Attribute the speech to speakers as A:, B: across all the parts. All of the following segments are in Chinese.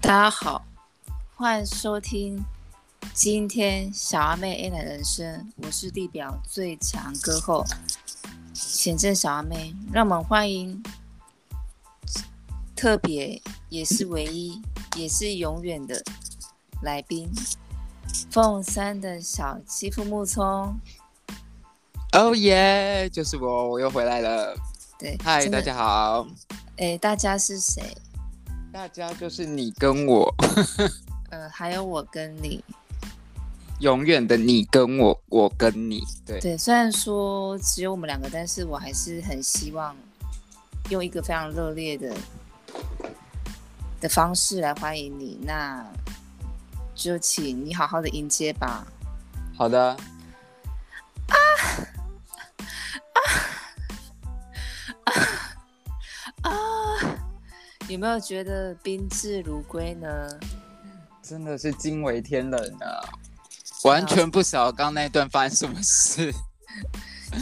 A: 大家好，欢迎收听今天小阿妹 A 奶人生，我是地表最强歌后贤正小阿妹，让我们欢迎特别也是唯一也是永远的来宾，凤山的小欺负木聪，
B: 哦耶！就是我，我又回来了。
A: 对，
B: 嗨，
A: 真
B: 大
A: 的，
B: 家好，
A: 哎，大家是谁？
B: 大家就是你跟我，
A: 呃，还有我跟你，
B: 永远的你跟我，我跟你。对，
A: 对，虽然说只有我们两个，但是我还是很希望用一个非常热烈的的方式来欢迎你。那就请你好好的迎接吧。
B: 好的，
A: 啊，有没有觉得宾至如归呢？
B: 真的是惊为天人啊！完全不晓得刚那段发生什么事。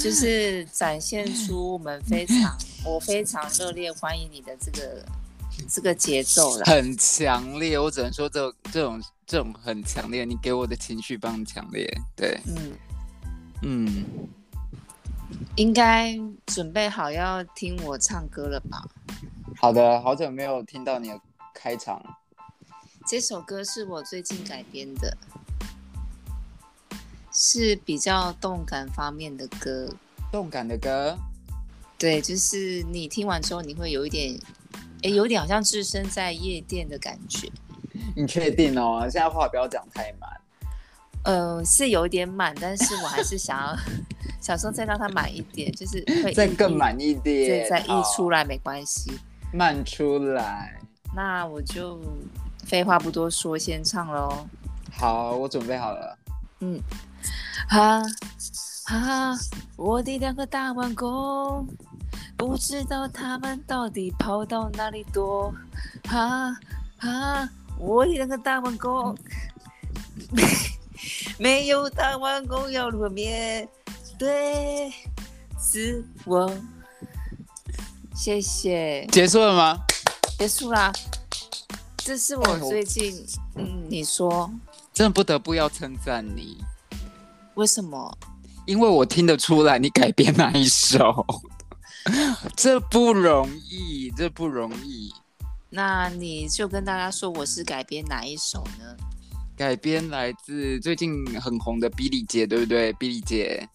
A: 就是展现出我们非常我非常热烈欢迎你的这个这个节奏啦。
B: 很强烈，我只能说这这种这种很强烈，你给我的情绪非常强烈。对，
A: 嗯，
B: 嗯，
A: 应该准备好要听我唱歌了吧？
B: 好的，好久没有听到你的开场，
A: 这首歌是我最近改编的，是比较动感方面的歌。
B: 动感的歌，
A: 对，就是你听完之后，你会有一点，诶，有点好像置身在夜店的感觉。
B: 你确定哦？现在话不要讲太满。
A: 呃，是有一点满，但是我还是想要 想说再让它满一点，就是会
B: 再
A: 溢
B: 更，满一
A: 溢
B: 点，
A: 对，再溢出
B: 来，
A: 来没关系。
B: 慢出来。
A: 那我就废话不多说，先唱喽。
B: 好，我准备好了。
A: 啊啊！我的两个大弯弓，不知道他们到底跑到哪里躲。啊啊！我的两个大弯弓， 没有大弯弓要如何面对自我？谢谢，
B: 结束了吗？
A: 结束啦。这是
B: 哎
A: 我
B: 呦
A: 最近，嗯，你说
B: 真的不得不要称赞你，
A: 为什么？
B: 因为我听得出来你改编哪一首，这不容易，这不容易。
A: 那你就跟大家说我是改编哪一首呢？
B: 改编来自最近很红的比利姐，对不对？比利姐，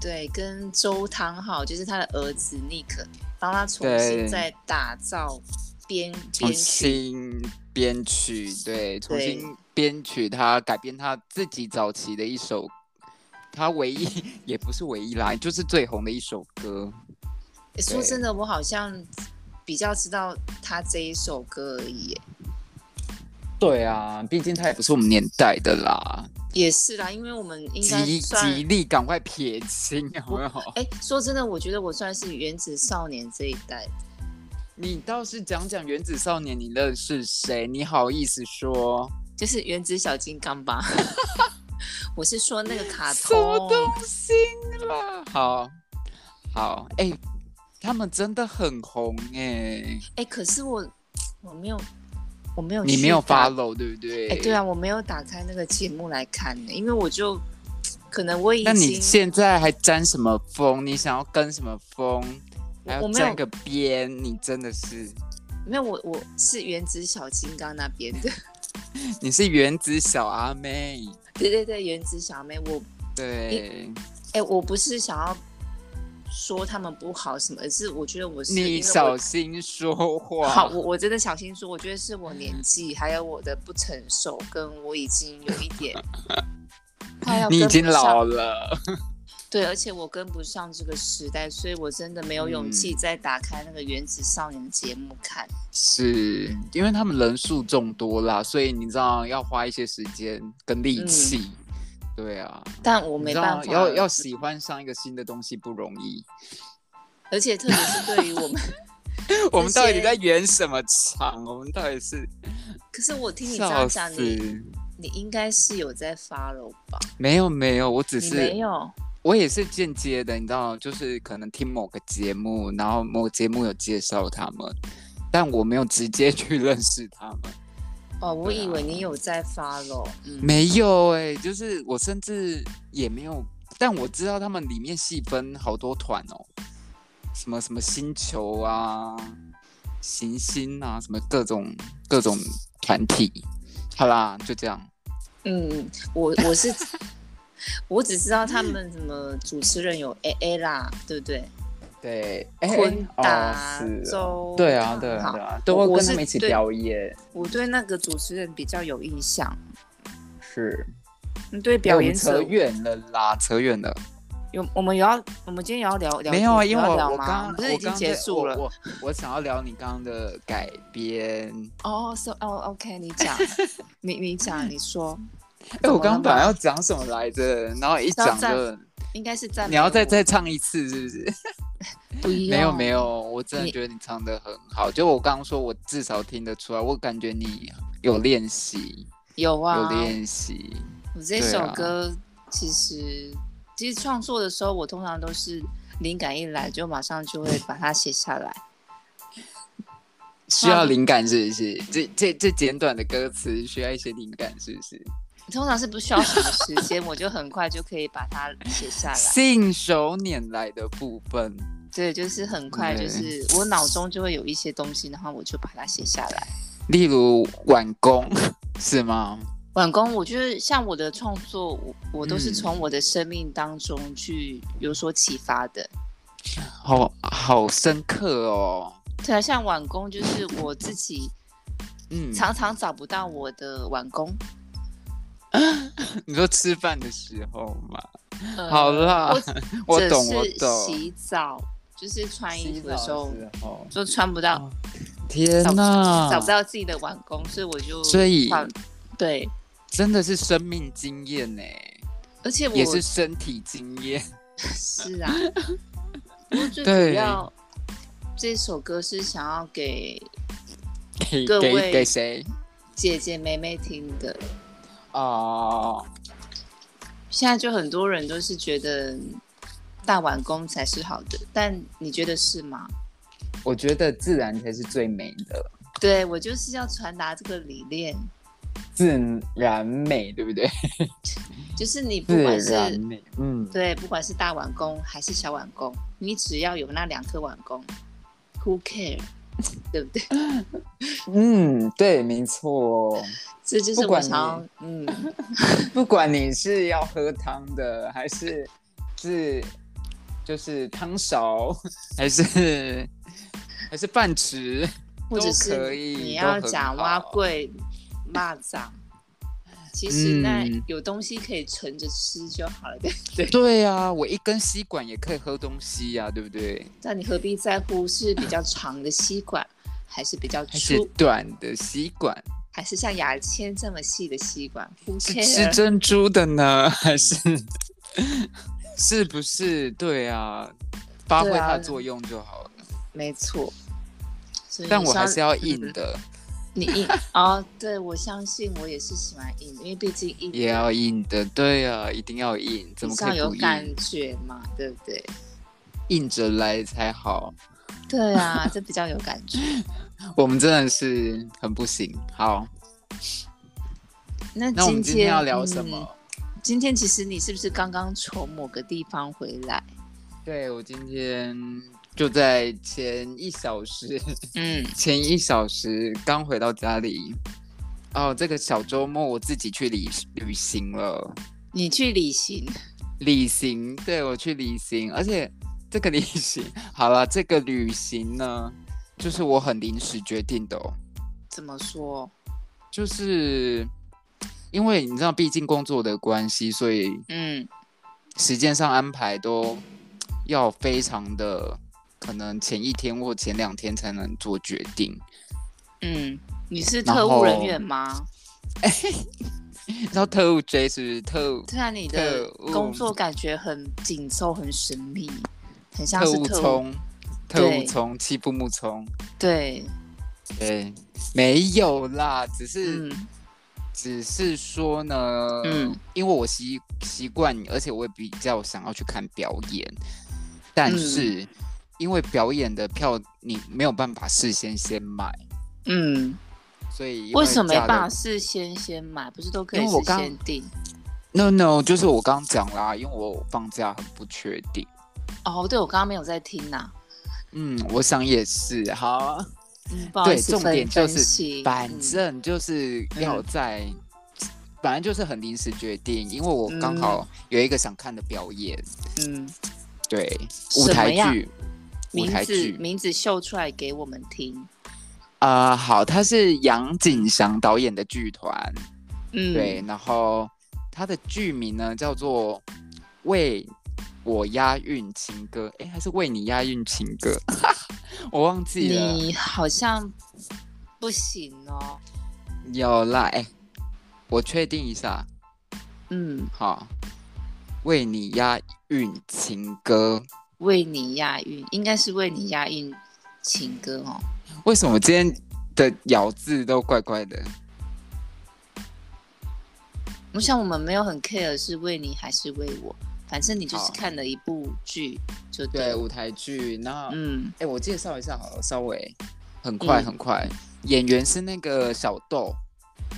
A: 对，跟周汤浩，就是他的儿子 Nick，帮他重新
B: 对
A: 再打造编编
B: 重
A: 曲。
B: 新编曲，对，重
A: 对
B: 新编曲他改编他自己早期的一首，他唯一 也不是唯一啦，就是最红的一首歌。
A: 诶说真的，我好像比较知道他这一首歌而已耶。
B: 对啊，毕竟他也不是我们年代的啦。
A: 也是啦，因为我们应该
B: 极
A: 算
B: 极力赶快撇清，有没有？
A: 哎、说真的，我觉得我算是原子少年这一代。
B: 你倒是讲讲原子少年，你认识谁？你好意思说？
A: 就是原子小金刚吧。 我是说那个卡
B: 什么
A: 通，
B: 东西啦？好，好，哎、他们真的很红哎、
A: 哎、可是我我没有我没有
B: 你
A: 去
B: 没有
A: 打
B: follow 对不对？
A: 哎、对啊，。我没有打开那个节目来看呢、因为我就可能我已
B: 那你
A: 经
B: 现在还沾什么风？你想要跟什么风？还
A: 我
B: 要
A: 没有
B: 沾个边？你真的是，
A: 没有我我是原子小金刚那边的，
B: 你是原子小阿妹，
A: 对对对，原子小妹，我
B: 对。
A: 哎、我不是想要说他们不好什么，而是我觉得我是因为
B: 你
A: 我
B: 小心说话。
A: 好，我我真的小心说，我觉得是我年纪还有我的不成熟，跟我已经有一 点快要
B: 你已
A: 跟
B: 经
A: 不上
B: 老了，
A: 对，而且我跟不上这个时代，所以我真的没有勇
B: 嗯
A: 气再打开那个原子少年的节目看。
B: 是因为他们人数众多啦，所以你知道要花一些时间跟力气。对啊，
A: 但嗯我没
B: 你知
A: 办
B: 道
A: 法，
B: 要要喜欢上一个新的东西不容易。
A: 而且特别是对于我 们，
B: 我们到底在演什么场？我们到底是
A: 可是我听你这样
B: 笑
A: 讲，
B: 死？
A: 你你应该是有在 follow 吧？
B: 没有没有，我只
A: 你没
B: 是
A: 有，
B: 我也是间接的，你知道，就是可能听某个节目，然后某节目有介绍他们，但我没有直接去认识他们。
A: 哦，我
B: 对啊
A: 以为你有在发喽。嗯，
B: 没有哎、就是我甚至也没有，但我知道他们里面细分好多团哦，什么什么星球啊、行星啊，什么各种各种团体。好啦，就这样。
A: 嗯，我我是我只知道他们什么主持人 有 A A 啦，对不对？
C: 对，
A: 昆达、
C: 哎哦是哦
A: 周
C: 对啊，对啊，
A: 好
C: 对啊，都会
A: 我
C: 跟
A: 是
C: 他们一起
A: 对
C: 表演，
A: 我对那个主持人比较有印象，
C: 是。
A: 嗯对表演
B: 哎我
A: 者
B: 们扯远了啦，扯远了。
A: 有我们有要，我们今天有要聊聊
B: 没有啊，
A: 主
B: 因为
A: 有要
B: 我
A: 聊
B: 我
A: 吗
B: 刚刚
A: 不是已
B: 我
A: 经
B: 刚
A: 结
B: 在
A: 束了
B: 我我我想要聊你刚刚的改编。
A: 哦，so 哦，OK，你 讲，你你讲，你说，
B: 哎、
A: 怎么
B: 我
A: 了
B: 刚刚本来
A: 吗
B: 要讲什么来着，然后一
A: 要
B: 讲
A: 再
B: 就
A: 应该是在
B: 你要再再唱一次，是不是？
A: 不一
B: 没有
A: 样
B: 没有，我真的
A: 你
B: 觉得你唱的很好。就我刚刚说，我至少听得出来，我感觉你有练习，
A: 有
B: 有
A: 啊，
B: 练习。
A: 我这
B: 对
A: 首
B: 啊
A: 歌其实其实创作的时候，我通常都是灵感一来就马上就会把它写下来。
B: 需要灵感是不是？这这这简短的歌词需要一些灵感是不是？
A: 通常是不需要什么时间，我就很快就可以把它写下来。
B: 信手拈来的部分，
A: 对，就是很快，就是我脑中就会有一些东西，然后我就把它写下来。
B: 例如晚工是吗？
A: 晚工，我觉得像我的创作，我我都是
B: 嗯
A: 从我的生命当中去有所启发的。
B: 好好深刻哦。
A: 对啊，像晚工就是我自己
B: 嗯，
A: 常常找不到我的晚工。
B: 你说吃饭的时候嘛，
A: 呃
B: 好啦，我
A: 只
B: 懂我
A: 是
B: 懂。
A: 洗澡就是穿衣服的时候
C: 洗澡的时候
A: 就穿不
B: 哦
A: 到，
B: 天
A: 找不
B: 哪，
A: 找不到自己的晚工，所以我就
B: 所以
A: 换对，
B: 真的是生命经验呢、
A: 而且我
B: 也是身体经验。
A: 是 啊，我最主
B: 对
A: 要这首歌是想要给
B: 给
A: 各
B: 给
A: 位
B: 给谁？
A: 姐姐妹妹听的。
B: 哦，
A: 现在就很多人都是觉得大碗工才是好的，但你觉得是吗？
C: 我觉得自然才是最美的，
A: 对我就是要传达这个理念，
C: 自然美，对不对？
A: 就是你不
C: 自
A: 管是
C: 然美，嗯，
A: 对，不管是大碗工还是小碗工，你只要有那两颗碗工，Who care？对 不对？
C: 嗯，对，没错。
A: 这就
C: 不
A: 是我
C: 管你
A: 想要，嗯，
C: 不管你是要喝汤的，还是是就是汤勺，
B: 还是还是饭吃，
A: 或者
B: 都可
A: 是
B: 以
A: 你
B: 都
A: 要
B: 很
A: 讲
B: 好
A: 蛙贵、蚂蚱，其实那
B: 嗯
A: 有东西可以盛着吃就好了。对 对，
B: 对啊，我一根吸管也可以喝东西呀、对不对？
A: 那你何必在乎是比较长的吸管，还是比较
B: 还是
A: 粗，
B: 短的吸管，
A: 还是像牙签这么细的吸管？Who
B: 是吃
A: care？
B: 珍珠的呢， 还是是不是？对啊，发挥
A: 对啊
B: 它的作用就好了。
A: 没错。所
C: 啊
A: 以
B: 但
A: 你
B: 我还
A: 像
B: 是要硬的，
A: 你 硬哦，对我相信我也是喜欢硬的，因为毕竟硬
B: 也要硬的，对啊，一定要硬，怎
A: 比
B: 么
A: 较
B: 可以
A: 有
B: 不
A: 感
B: 硬？
A: 觉嘛，对不对？
B: 硬着来才好。
A: 对啊，这比较有感 觉。
B: 我们真的是很不行。好，
A: 那
B: 那我
A: 今
B: 们今天
A: 天
B: 要聊什么？
A: 嗯今天其实你是不是刚刚从某个地方回来？
B: 对我今天就在前一小时，
A: 嗯，
B: 前一小时刚回到家里。哦，这个小周末我自己去旅旅行了，
A: 你去旅行，
B: 旅行，对我去旅行，而且这个旅行， 好了，这个旅行呢，就是我很临时决定的哦，
A: 怎么说？
B: 就是因为你知道，毕竟工作的关系，所以
A: 嗯，
B: 时间上安排都要非常的，可能前一天或前两天才能做决定。
A: 嗯，你是
B: 然
A: 特务人
B: 后
A: 员吗？
B: 你知道特务 J 是不是特务
A: 虽然你的
B: 特务
A: 工作感觉很紧凑、很神秘，很像
B: 特
A: 是
B: 务
A: 特务。
B: 冲，特务
A: 对
B: 冲，欺负木冲。
A: 对，
B: 对，没有啦，只是、
A: 嗯
B: 只是说呢，
A: 嗯
B: 因为我习习惯，而且我也比较想要去看表演，但
A: 嗯
B: 是、因为表演的票你没有办法事先先买。
A: 嗯，
B: 所以因
A: 为什么没
B: 价格
A: 办法事先先买？不是都可以
B: 因为我
A: 事
B: 刚
A: 先订？
B: ？No No，就是我刚讲啦，因为我放假很不确定。
A: 哦，对，我刚刚没有在听呐、
B: 嗯，我想也是。好，
A: 嗯，不好
B: 对
A: 意思，
B: 重
A: 分
B: 点就是
A: 分析
B: 反
A: 嗯
B: 正就是要在，反正就是很临时决定，因为我刚好有一个想看的表演，
A: 嗯，
B: 对，
A: 什
B: 舞
A: 么
B: 台
A: 样
B: 剧，舞
A: 名
B: 台
A: 字
B: 剧。
A: 名字秀出来给我们听。
B: 啊、好，它是杨景祥导演的剧团，
A: 嗯，
B: 对，，然后它的剧名呢叫做《为我押韵情歌》，哎，还是为你押韵情歌， 我忘记了。
A: 你好像不行哦。
B: 有啦，哎，我确定一下，
A: 嗯，
B: 好，为你押韵情歌。
A: 为你押韵，应该是为你押韵情歌哦。
B: 为什么今天的咬字都怪怪的？
A: 我想我们没有很 care 是为你还是为我，反正你就是
B: 好
A: 看了一部剧就
B: 对，
A: 了
B: 舞台剧，那
A: 嗯，
B: 哎、我介绍一下好了，稍微很快
A: 嗯
B: 很快。演员是那个小豆，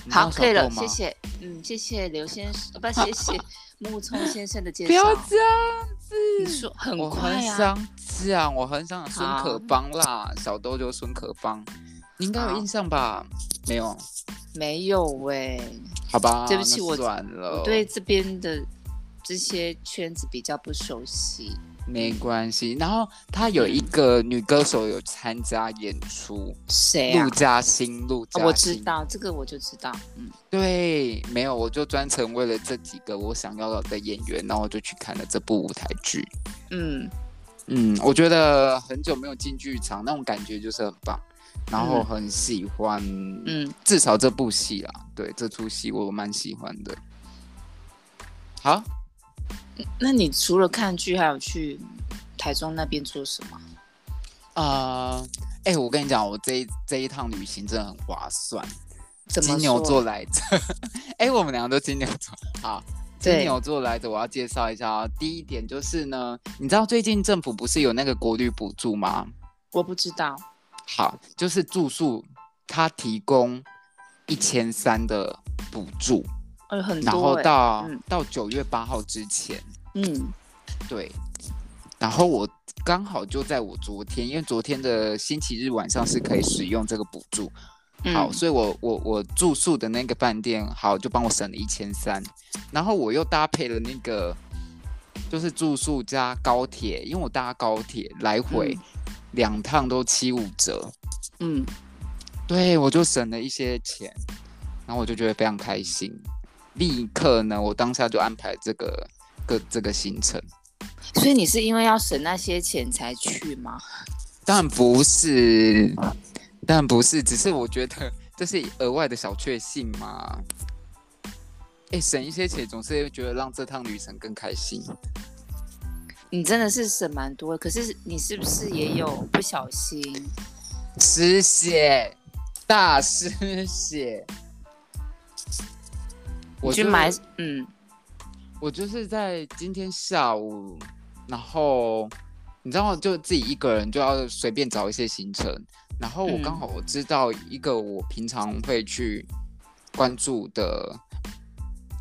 B: 你知道
A: 好，
B: 小
A: 可以了，
B: 豆吗
A: 谢。谢，嗯，谢谢刘先生， 呃不，谢谢木聪先生的介
B: 不要
A: 绍。
B: 这样子，
A: 你说很
B: 我很
A: 快啊，
B: 想讲，我很想讲孙
A: 好
B: 可邦啦，小豆就是孙可邦，嗯你应该有
A: 好
B: 印象吧？没有，
A: 没有喂、
B: 好吧，
A: 对不起
B: 那
A: 我
B: 算了，
A: 我对这边的这些圈子比较不熟悉。
B: 没
A: 嗯
B: 关系。然后她有一个女歌手有参加演出，
A: 谁啊
B: 陆？嘉欣，陆嘉
A: 哦
B: 欣，
A: 我知。道这个，我就知道。嗯，
B: 对，没有，我就专程为了这几个我想要的演员，然后我就去看了这部舞台剧。
A: 嗯，
B: 嗯，我觉得很久没有进剧场，那种感觉就是很棒，然后很喜欢，嗯，
A: 嗯，
B: 至少这部戏啦，对，这出戏我蛮喜欢的。好，
A: 那你除了看剧，还有去台中那边做什么？
B: 啊，哎、我跟你讲，我这一这一趟旅行真的很划算，
A: 怎么
B: 金牛
A: 说
B: 座来 着，哎、我们两个都金牛座。好，金
A: 对
B: 牛座来着，我要介绍一下啊。第一点就是呢，你知道最近政府不是有那个国旅补助吗？
A: 我不知道。
B: 好，就是住宿，它提供一千三的补助，
A: 呃，很
B: 然
A: 多、
B: 后
A: 欸。
B: 到、
A: 嗯
B: 到九月八号之前，
A: 嗯
B: 对。然后我刚好就在我昨天，因为昨天的星期日晚上是可以使用这个补助，
A: 嗯
B: 好，所以我我我住宿的那个饭店，好就帮我省了一千三，然后我又搭配了那个就是住宿加高铁，因为我搭高铁来回、两趟都七五折，
A: 嗯，
B: 对我就省了一些钱，然后我就觉得非常开心，立刻呢，我当下就安排这个个这个行程。
A: 所以你是因为要省那些钱才去吗？
B: 但不是，但不是，只是我觉得这是额外的小确幸嘛。哎，省一些钱总是会觉得让这趟旅程更开心。
A: 你真的是省蛮多的，可是你是不是也有不小心？
B: 失血，大失血。
A: 你
B: 我
A: 去
B: 就
A: 买，嗯，
B: 我就是在今天下午，然后你知道，就自己一个人就要随便找一些行程，然后我
A: 嗯
B: 刚好我知道一个我平常会去关注的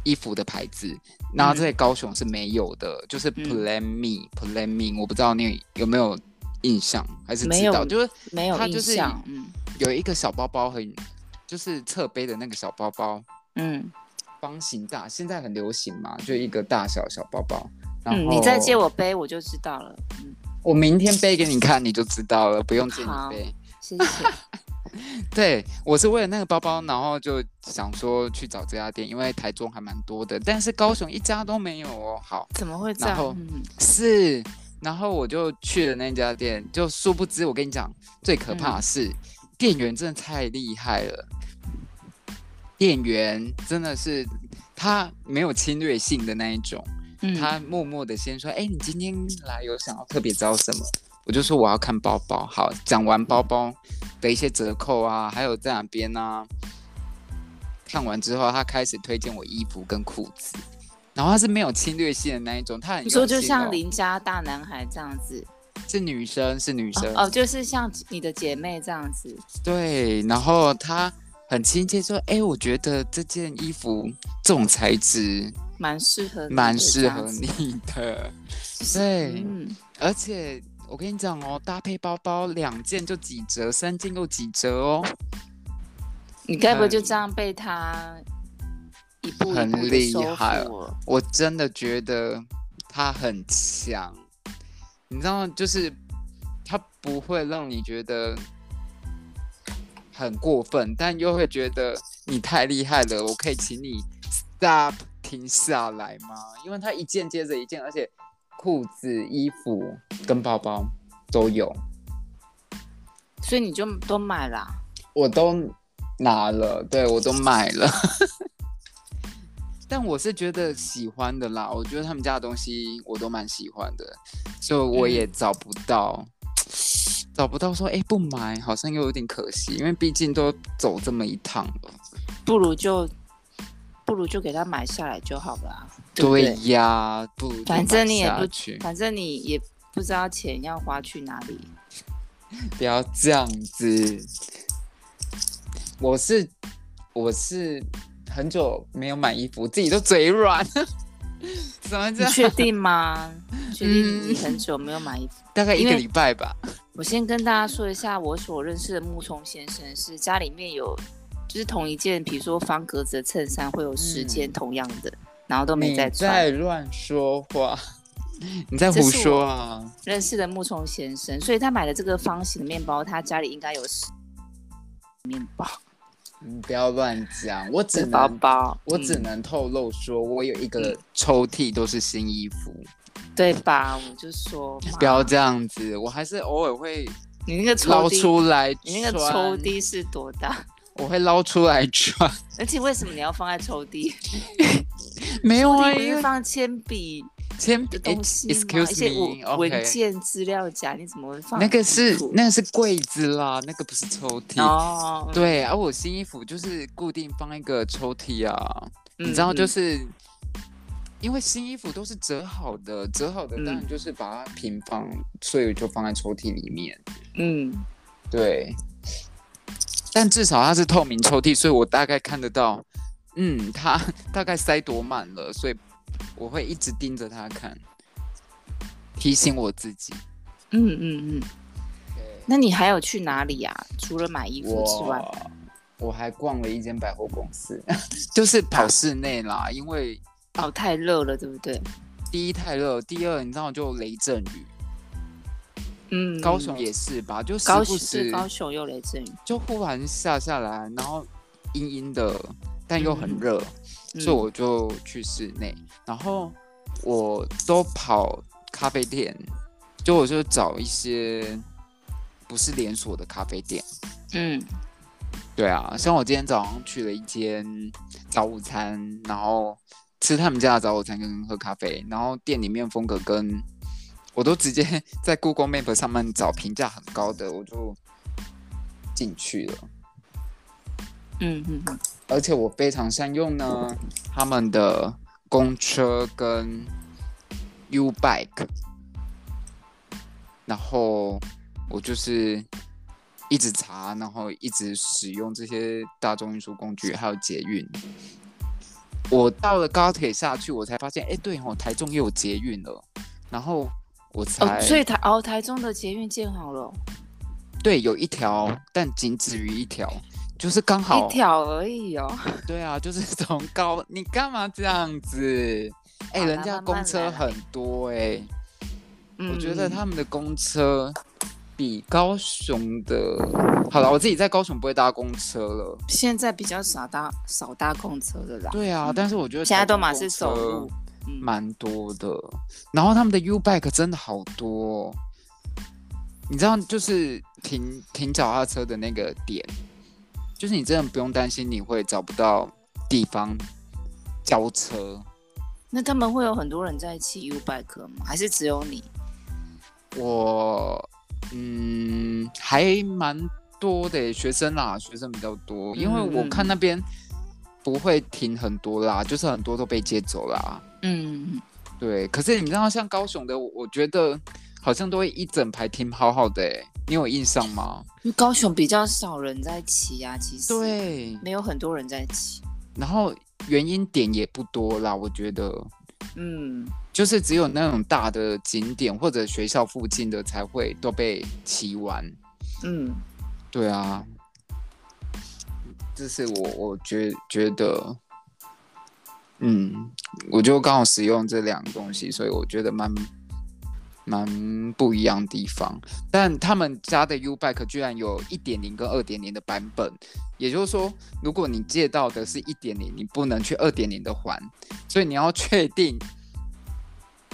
B: 衣服的牌子，那
A: 嗯
B: 在高雄是没有的，就是 Plan Me、Plan Me，我不知道你有没有印象，还是
A: 没
B: 知
A: 有
B: 道，就是
A: 没有
B: 它
A: 印
B: 就是
A: 象，嗯
B: 有一个小包包很，就是侧背的那个小包包，
A: 嗯
B: 方形大，现在很流行嘛，就一个大小小包包。然
A: 嗯，
B: 后
A: 你再借，我杯，我就知道了。嗯，
B: 我明天背给你看，你就知道了，不用借你
A: 好
B: 背。
A: 谢 谢。
B: 对，我是为了那个包包，然后就想说去找这家店，因为台中还蛮多的，但是高雄一家都没有哦。好，
A: 怎么会这
B: 然
A: 样
B: 后？
A: 嗯
B: 是，然后我就去了那家店，就殊不知，我跟你讲，最可
A: 嗯
B: 怕的是、店员真的太厉害了，店员真的是他没有侵略性的那一种。
A: 嗯，
B: 他默默的先说：“哎、你今天来有想要特别找什么？”我就说我要看包包。好，讲完包包的一些折扣啊，还有在哪边啊。看完之后，他开始推荐我衣服跟裤子，然后他是没有侵略性的那一种，他很
A: 你说
B: 用
A: 就
B: 心哦
A: 像邻家大男孩这样子，
B: 是女生是女生
A: 哦哦，哦就是像你的姐妹这样子，
B: 对，然后他很亲切说：“哎、我觉得这件衣服这种材质
A: 蛮适合你的，
B: 蛮适
A: 这
B: 合
A: 样子，
B: 你的。
A: 就是
B: 对
A: 嗯，
B: 而且我跟你讲哦，搭配包包两件就几折，三件又几折哦，
A: 你该不会
B: 很
A: 就这样被他一步一
B: 很
A: 步的
B: 厉
A: 收
B: 害哦
A: 服了？
B: 我真的觉得他很强。你知道，就是他不会让你觉得很过分，但又会觉得你太厉害了。我可以请你 stop 停下来吗？因为他一件接着一件，而且裤子、衣服跟包包都有，
A: 所以你就都买啊啦、
B: 我都拿了，对我都买了。但我是觉得喜欢的啦，我觉得他们家的东西我都蛮喜欢的，所以我
A: 嗯
B: 也找不到，找不到说哎、诶不买，好像又有点可惜，因为毕竟都走这么一趟了。
A: 不如就不如就给他买下来就好了啊、不
B: 对呀，不如就
A: 反正你也
B: 买下
A: 不
B: 去，
A: 反正你也不知道钱要花去哪 里。
B: 不要这样子。我是我是很久没有买衣服，自己都嘴软， 怎么这
A: 你
B: 样？
A: 确定吗？你确定
B: 嗯
A: 你很久没有买 衣服？
B: 大概一
A: 因
B: 个
A: 为
B: 礼拜吧。
A: 我先跟大家说一下，我所认识的木聪先生是家里面有，就是同一件，比如说方格子的衬衫会有十件
B: 嗯
A: 同样的，然后都没
B: 你
A: 在穿。
B: 在乱说话， 你在
A: 这
B: 胡
A: 是我
B: 说啊！
A: 认识的木聪先生，所以他买的这个方形的面包，他家里应该有十面包
B: 你不要乱讲，我只
A: 的包
B: 能
A: 包，
B: 我
A: 嗯
B: 只能透露说，我有一个
A: 嗯
B: 抽屉都是新衣服，
A: 对吧？我就说嘛，
B: 不要这样子，我还是偶尔会
A: 你那个抽
B: 捞
A: 屉，
B: 出来
A: 你那个
B: 穿
A: 抽，屉是多大？
B: 我会捞出来 穿。
A: 而且为什么你要放在抽屉？
B: 没有啊，
A: 抽屉不
B: 因
A: 是
B: 为
A: 放铅笔
B: 铅笔
A: 的东西吗？一些
B: ，excuse
A: 文
B: me，
A: 文
B: OK，
A: 件资料夹，你怎么会放
B: 那个是
A: 衣服
B: 那个是柜子啦，那个不是抽屉。
A: 哦，
B: 对，而、我新衣服就是固定放一个抽屉啊。
A: 嗯
B: 你知道，就
A: 嗯
B: 是因为新衣服都是折好的，折好的
A: 嗯
B: 当然就是把它平放，所以就放在抽屉里面。
A: 嗯，
B: 对，但至少它是透明抽屉，所以我大概看得到，嗯，它大概塞多满了，所以我会一直盯着它看，提醒我自己。
A: 嗯嗯嗯，那你还有去哪里啊？除了买衣服之外，
B: 我我还逛了一间百货公司， 就是跑室内啦，因为
A: 哦，太热了，对不对？
B: 第一太热，第二你知道就雷阵雨。
A: 嗯，
B: 高雄也是吧，就时
A: 高
B: 不
A: 雄
B: 时
A: 对高雄又雷阵雨，
B: 就忽然下下来，然后阴阴的，但又很热，
A: 嗯
B: 所以我就去室内，然后我都跑咖啡店，就我就找一些不是连锁的咖啡店。
A: 嗯
B: 对啊，像我今天早上去了一间早午餐，然后吃他们家的早午餐跟喝咖啡，然后店里面风格跟我都直接在 Google Map 上面找评价很高的，我就进去了。
A: 嗯嗯嗯，
B: 而且我非常善用呢他们的公车跟 U Bike，然后我就是一直查，然后一直使用这些大众运输工具，还有捷运。我到了高铁下去，我才发现，哎、对哦，台中也有捷运了。然后我才、
A: 哦，所以台哦台中的捷运建好了哦，
B: 对有一条，但仅止于一条，就是刚好
A: 一条而已哦。
B: 对啊，就是 从高，你干嘛这样子？哎、
A: 好啦
B: 人家
A: 慢慢
B: 公车
A: 来啦
B: 很多哎、
A: 嗯
B: 我觉得他们的公车比高雄的好了。我自己在高雄不会搭公车了。
A: 现在比较少搭少搭公车的啦，
B: 对啊，但是我觉得
A: 嗯现在都
B: 马
A: 马是走路，，嗯
B: 蛮多的。然后他们的 U bike 真的好多哦、你知道，就是停停脚踏车的那个点，就是你真的不用担心你会找不到地方交车。
A: 那他们会有很多人在骑 U bike 吗？还是只有你？
B: 我嗯还蛮多的耶学生啦，学生比较多，因为我看那边不会停很多啦，就是很多都被接走啦。
A: 嗯，
B: 对，可是你知道像高雄的，我我觉得好像都会一整排停好好的、欸，你有印象吗？
A: 高雄比较少人在骑啊，其实，
B: 对，
A: 没有很多人在骑。
B: 然后原因点也不多啦，我觉得
A: 嗯，
B: 就是只有那种大的景点或者学校附近的才会都被骑完。
A: 嗯，
B: 对啊，这是我我觉觉得，嗯，我就刚好使用这两个东西，所以我觉得蛮蛮不一样的地方。但他们家的 U Bike 居然有1.0跟2.0的版本，也就是说，如果你借到的是一点零，你不能去2.0的还，所以你要确定。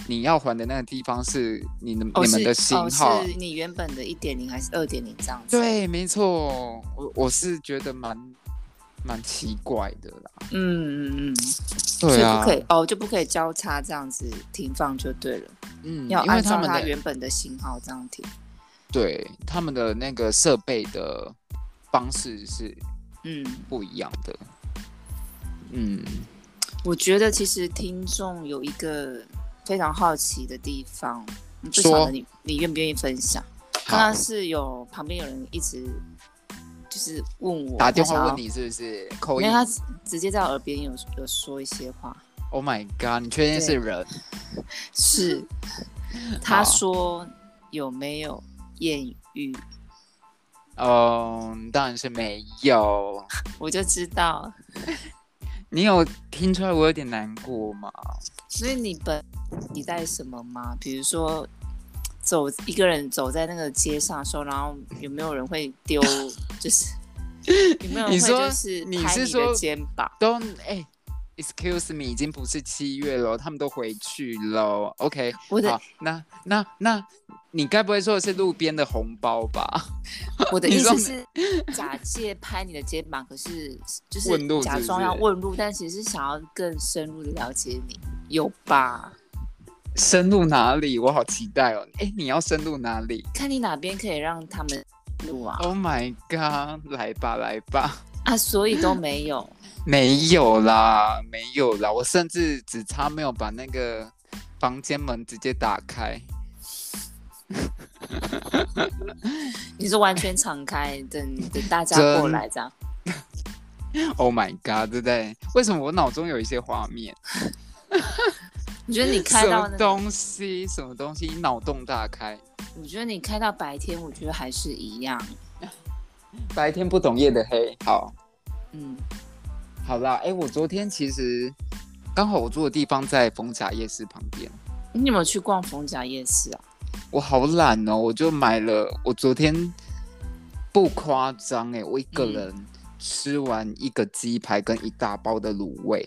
B: 你要还的那个地方是你的、
A: 哦
B: 你们
A: 是
B: 的型号，
A: 哦，是你原本的一点零还是二点零这样子？，
B: 对，没错，我我是觉得蛮蛮奇怪的啦。
A: 嗯嗯嗯，所
B: 对
A: 以不
B: 啊，
A: 可以哦，就不可以交叉这样子停放就对了，
B: 嗯，
A: 要
B: 因为
A: 按
B: 他
A: 照
B: 们
A: 它
B: 的
A: 原本的型号这样停。
B: 对他们的那个设备的方式是
A: 嗯，
B: 不一样的。嗯，
A: 我觉得其实听众有一个非常好奇的地方，嗯不
B: 说
A: 晓得你你愿不愿意分享？刚
B: 好
A: 刚，是有旁边有人一直就是问我
B: 打电
A: 他
B: 话
A: 想要
B: 问你是不是扣
A: 没
B: 一
A: 有，他直直接在我耳边有有说一些话，
B: ？Oh my god！你确定是人？
A: 是他
B: 好
A: 说有没有艳遇，
B: 嗯，当然是没有。
A: 我就知道，
B: 你有听出来我有点难过吗？
A: 所以你本你带什么吗？比如说走一个人走在那个街上的时候，然后有没有人会丢，就是 有没有人会
B: 你说
A: 就是
B: 你
A: 拍你
B: 是
A: 的
B: 说
A: 肩膀？
B: 都哎、Excuse me，已经不是七月了，他们都回去了。OK，
A: 我的
B: 好，那那那，你该不会说的是路边的红包吧？
A: 我的
B: 你
A: 意思
B: 说
A: 是假借拍你的肩膀，可是就是
B: 问路是
A: 假
B: 不
A: 装要
B: 是
A: 问路，但其实是想要更深入的了解你，有吧？
B: 深入哪里？我好期待哦！哎、你要深入哪里
A: 看你哪边可以让他们录啊
B: ？Oh my god，来吧来吧，
A: 啊，所以都没有。
B: 没有啦，没有啦，我甚至只差没有把那个房间门直接打开。
A: 你是完全敞开，等等大家
B: 真
A: 过来这样。
B: Oh my god，对不对？为什么我脑中有一些画面？
A: 我觉得你开
B: 什
A: 到
B: 么
A: 那个，
B: 东西？什么东西？脑洞大开。
A: 我觉得你开到白天，我觉得还是一样。
C: 白天不懂夜的黑。
B: 好，
A: 嗯，
B: 好啦，哎、我昨天其实刚好我住的地方在逢甲夜市旁边，
A: 你有没有去逛逢甲夜市啊？
B: 我好懒哦，我就买了，我昨天不夸张哎，我一个
A: 嗯
B: 人吃完一个鸡排跟一大包的卤味。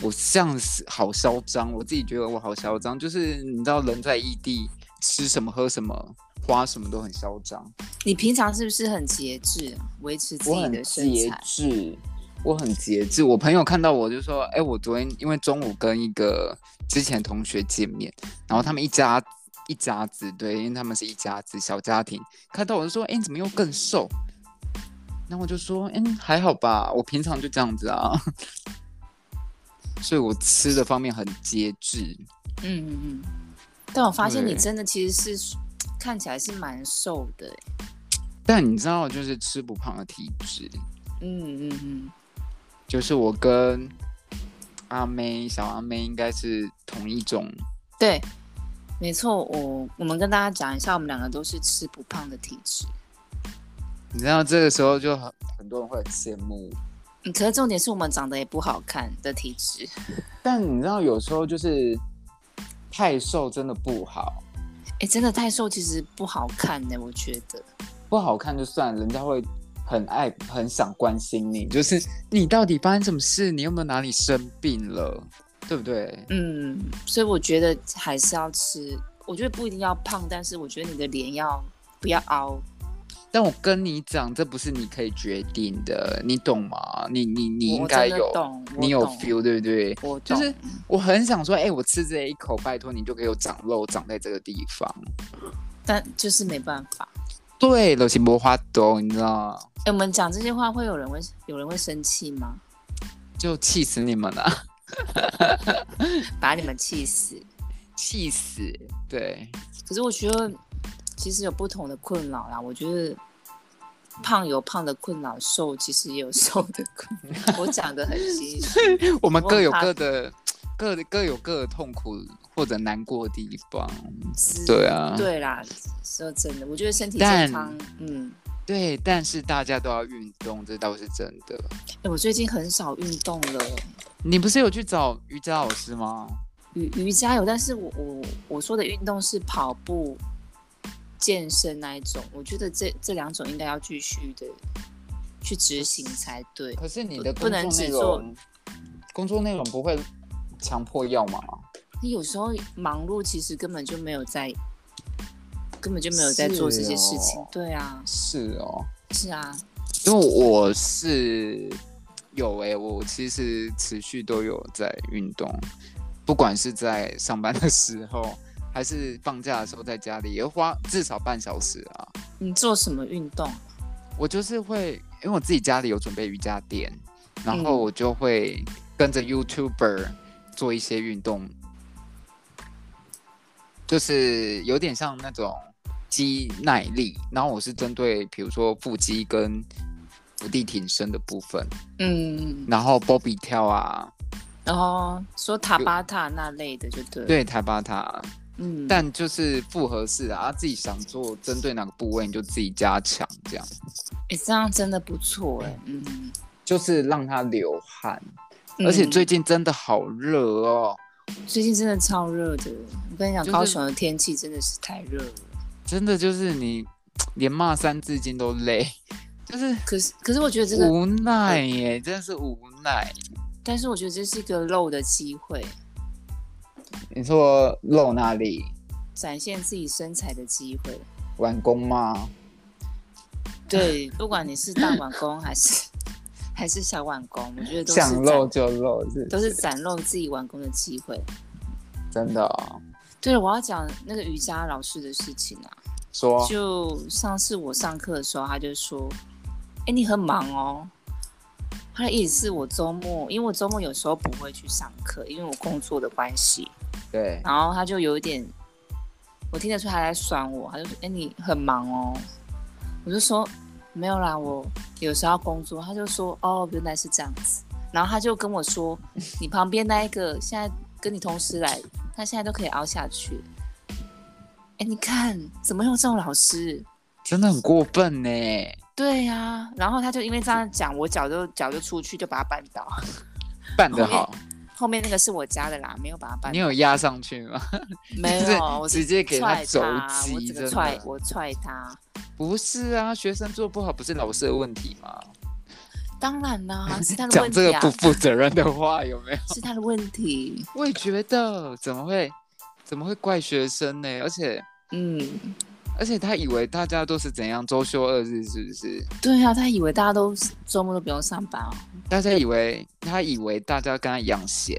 B: 我像是好嚣张，我自己觉得我好嚣张，就是你知道人在异地吃什么喝什么花什么都很嚣张。
A: 你平常是不是很节制啊，维持自
B: 我
A: 己
B: 很
A: 的身
B: 节
A: 材？
B: 制，我很节制。我朋友看到我就说：“哎、我昨天因为中午跟一个之前同学见面，然后他们一家一家子，对，因为他们是一家子小家庭，看到我就说：‘哎、你怎么又更瘦？’然后我就说：‘嗯，还好吧，我平常就这样子啊。’所以我吃的方面很节制，
A: 嗯嗯嗯。但我发现你
B: 对
A: 真的其实是看起来是蛮瘦的欸、
B: 但你知道，就是吃不胖的体质。
A: 嗯嗯嗯。
B: 就是我跟阿妹、小阿妹应该是同一种，
A: 对，没错，我我们跟大家讲一下，我们两个都是吃不胖的体质。
B: 你知道这个时候就很很多人会很羡慕，
A: 嗯，可是重点是我们长得也不好看的体质。
B: 但你知道有时候就是太瘦真的不好，
A: 哎，真的太瘦其实不好看呢、我觉得。
B: 不好看就算，了，人家会很爱很想关心你，就是你到底发生什么事，你有没有哪里生病了，对不对？
A: 嗯，所以我觉得还是要吃，我觉得不一定要胖，但是我觉得你的脸要不要凹？
B: 但我跟你讲，这不是你可以决定的，你懂吗？你你你
A: 我
B: 应
A: 我
B: 该
A: 真的
B: 有，
A: 懂，我
B: 你有
A: 懂
B: feel 对不对？
A: 我
B: 就
A: 懂。
B: 是我很想说，哎、我吃这一口，拜托你就给我长肉，长在这个地方。
A: 但就是没办法。
B: 对，流行魔花豆，你知道，
A: 哎，我们讲这些话会有人会有人会生气吗？
B: 啊 就气死你们了。
A: 把你们气死。
B: 气死。对，
A: 可是我觉得其实有不同的困扰啦。我觉得胖有胖的困扰，瘦其实也有 瘦的困扰。我讲 的很细，
B: 我们
A: 我
B: 各
A: 很
B: 有
A: 怕
B: 各的，各各有各的痛苦或者难过的地方。
A: 是
B: 对啊，
A: 对啦，说真的，我觉得身体
B: 但
A: 健康，嗯。
B: 对，但是大家都要运动，这倒是真的。
A: 欸我最近很少运动了，
B: 你不是有去找瑜伽老师吗？
A: 瑜瑜伽有，但是我我我说的运动是跑步、健身那一种，我觉得这这两种应该要继续的去执行才对。
C: 可是你的
A: 不
C: 工
A: 能
C: 作
A: 只
C: 内
A: 做
C: 容，工作内容不会强迫要吗？
A: 你有时候忙碌，其实根本就没有在，根本就没有在
C: 是
A: 做这些事情。
C: 哦
A: 对啊，
C: 是哦，
A: 是啊，
B: 因为我是有诶、我其实持续都有在运动，不管是在上班的时候，还是放假的时候，在家里也花至少半小时啊。
A: 你做什么运动？
B: 我就是会，因为我自己家里有准备瑜伽垫，然后
A: 嗯
B: 我就会跟着 YouTuber 做一些运动，就是有点像那种肌耐力。然后我是针对比如说腹肌跟伏地挺身的部分，
A: 嗯，
B: 然后波比跳啊，
A: 然后说塔巴塔那类的就对了。，
B: 对，台巴塔，
A: 嗯，
B: 但就是复合式啊，自己想做针对哪个部位你就自己加强这样。
A: 哎、这样真的不错哎、嗯，
C: 就是让他流汗。
A: 嗯
B: 而且最近真的好热哦。
A: 最近真的超热的，我跟你讲，
B: 就是
A: 高雄的天气真的是太热了。
B: 真的就是你连骂三字经都累， 就是
A: 可是，可是我觉得这个，
B: 无奈耶，真的是无奈。
A: 但是我觉得这是一个露的机会，
C: 你说露那里
A: 展现自己身材的机会。
C: 完工吗？
A: 对，不管你是大碗工还是还是小碗工，我觉得都是
C: 想露
A: 展
C: 就露，是
A: 都是展露自己碗工的机会。
C: 真的、哦。
A: 对了，我要讲那个瑜伽老师的事情啊。
B: 哦
C: 说
A: 就上次我上课的时候，他就说：“哎、你很忙哦。”他的意思是我周末，因为我周末有时候不会去上课，因为我工作的关系。
C: 对，
A: 然后他就有一点，我听得出他在酸我，他就说：“哎、你很忙哦。”我就说：“没有啦，我有时候要工作。”他就说：“哦，原来是这样子。”然后他就跟我说：“你旁边那一个现在跟你同时来，他现在都可以熬下去。”哎，你看，怎么会有这种老师？
B: 真的很过分呢。
A: 对呀、然后他就因为这样讲，我脚就脚就出去，就把他绊倒。
B: 办得
A: 哦
B: 好，
A: 后面那个是我家的啦，没有把他绊
B: 你
A: 倒，
B: 有压上去吗？
A: 没
B: 就是
A: 有，我
B: 直接给他
A: 踹
B: 肘
A: 我整
B: 击真
A: 个
B: 的
A: 踹，我踹他。
B: 不是啊，学生做不好不是老师的问题吗？
A: 当然 啦，是他的
B: 讲
A: 问
B: 这
A: 题
B: 个
A: 啊，
B: 不负责任的话有没有？
A: 是他的问题。
B: 我也觉得，怎么会怎么会怪学生呢？而且
A: 嗯，
B: 而且他以为大家都是怎样周休二日，是不是？
A: 对啊，他以为大家都周末都不用上班哦。
B: 大家以为他以为大家跟他一样闲，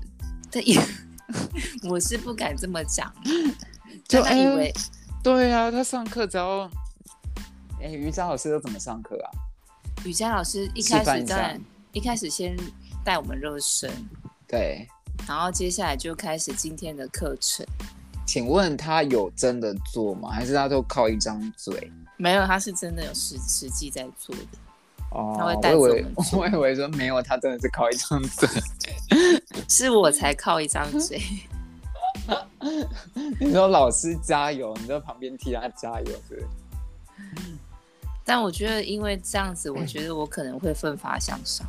A: 他以 我是不敢这么讲，
B: 就
A: 但他以
B: 哎
A: 为
B: 对啊，他上课只要
C: 哎，瑜伽老师都怎么上课啊？
A: 瑜伽老师一
C: 示
A: 开
C: 范
A: 始
C: 一下
A: 在。一开始先带我们热身，
C: 对，
A: 然后接下来就开始今天的课程。
C: 请问他有真的做吗？还是他都靠一张嘴？
A: 没有，他是真的有实实际在做的。
C: 哦
A: 他会
C: 我
A: 带
C: 以
A: 着我
C: 为
A: 们
C: 我以为说没有，他真的是靠一张嘴。
A: 是我才靠一张
C: 嗯
A: 嘴，
C: 你说老师加油，你在旁边替他加油，是不是？
A: 但我觉得因为这样子，我觉得我可能会奋发向上，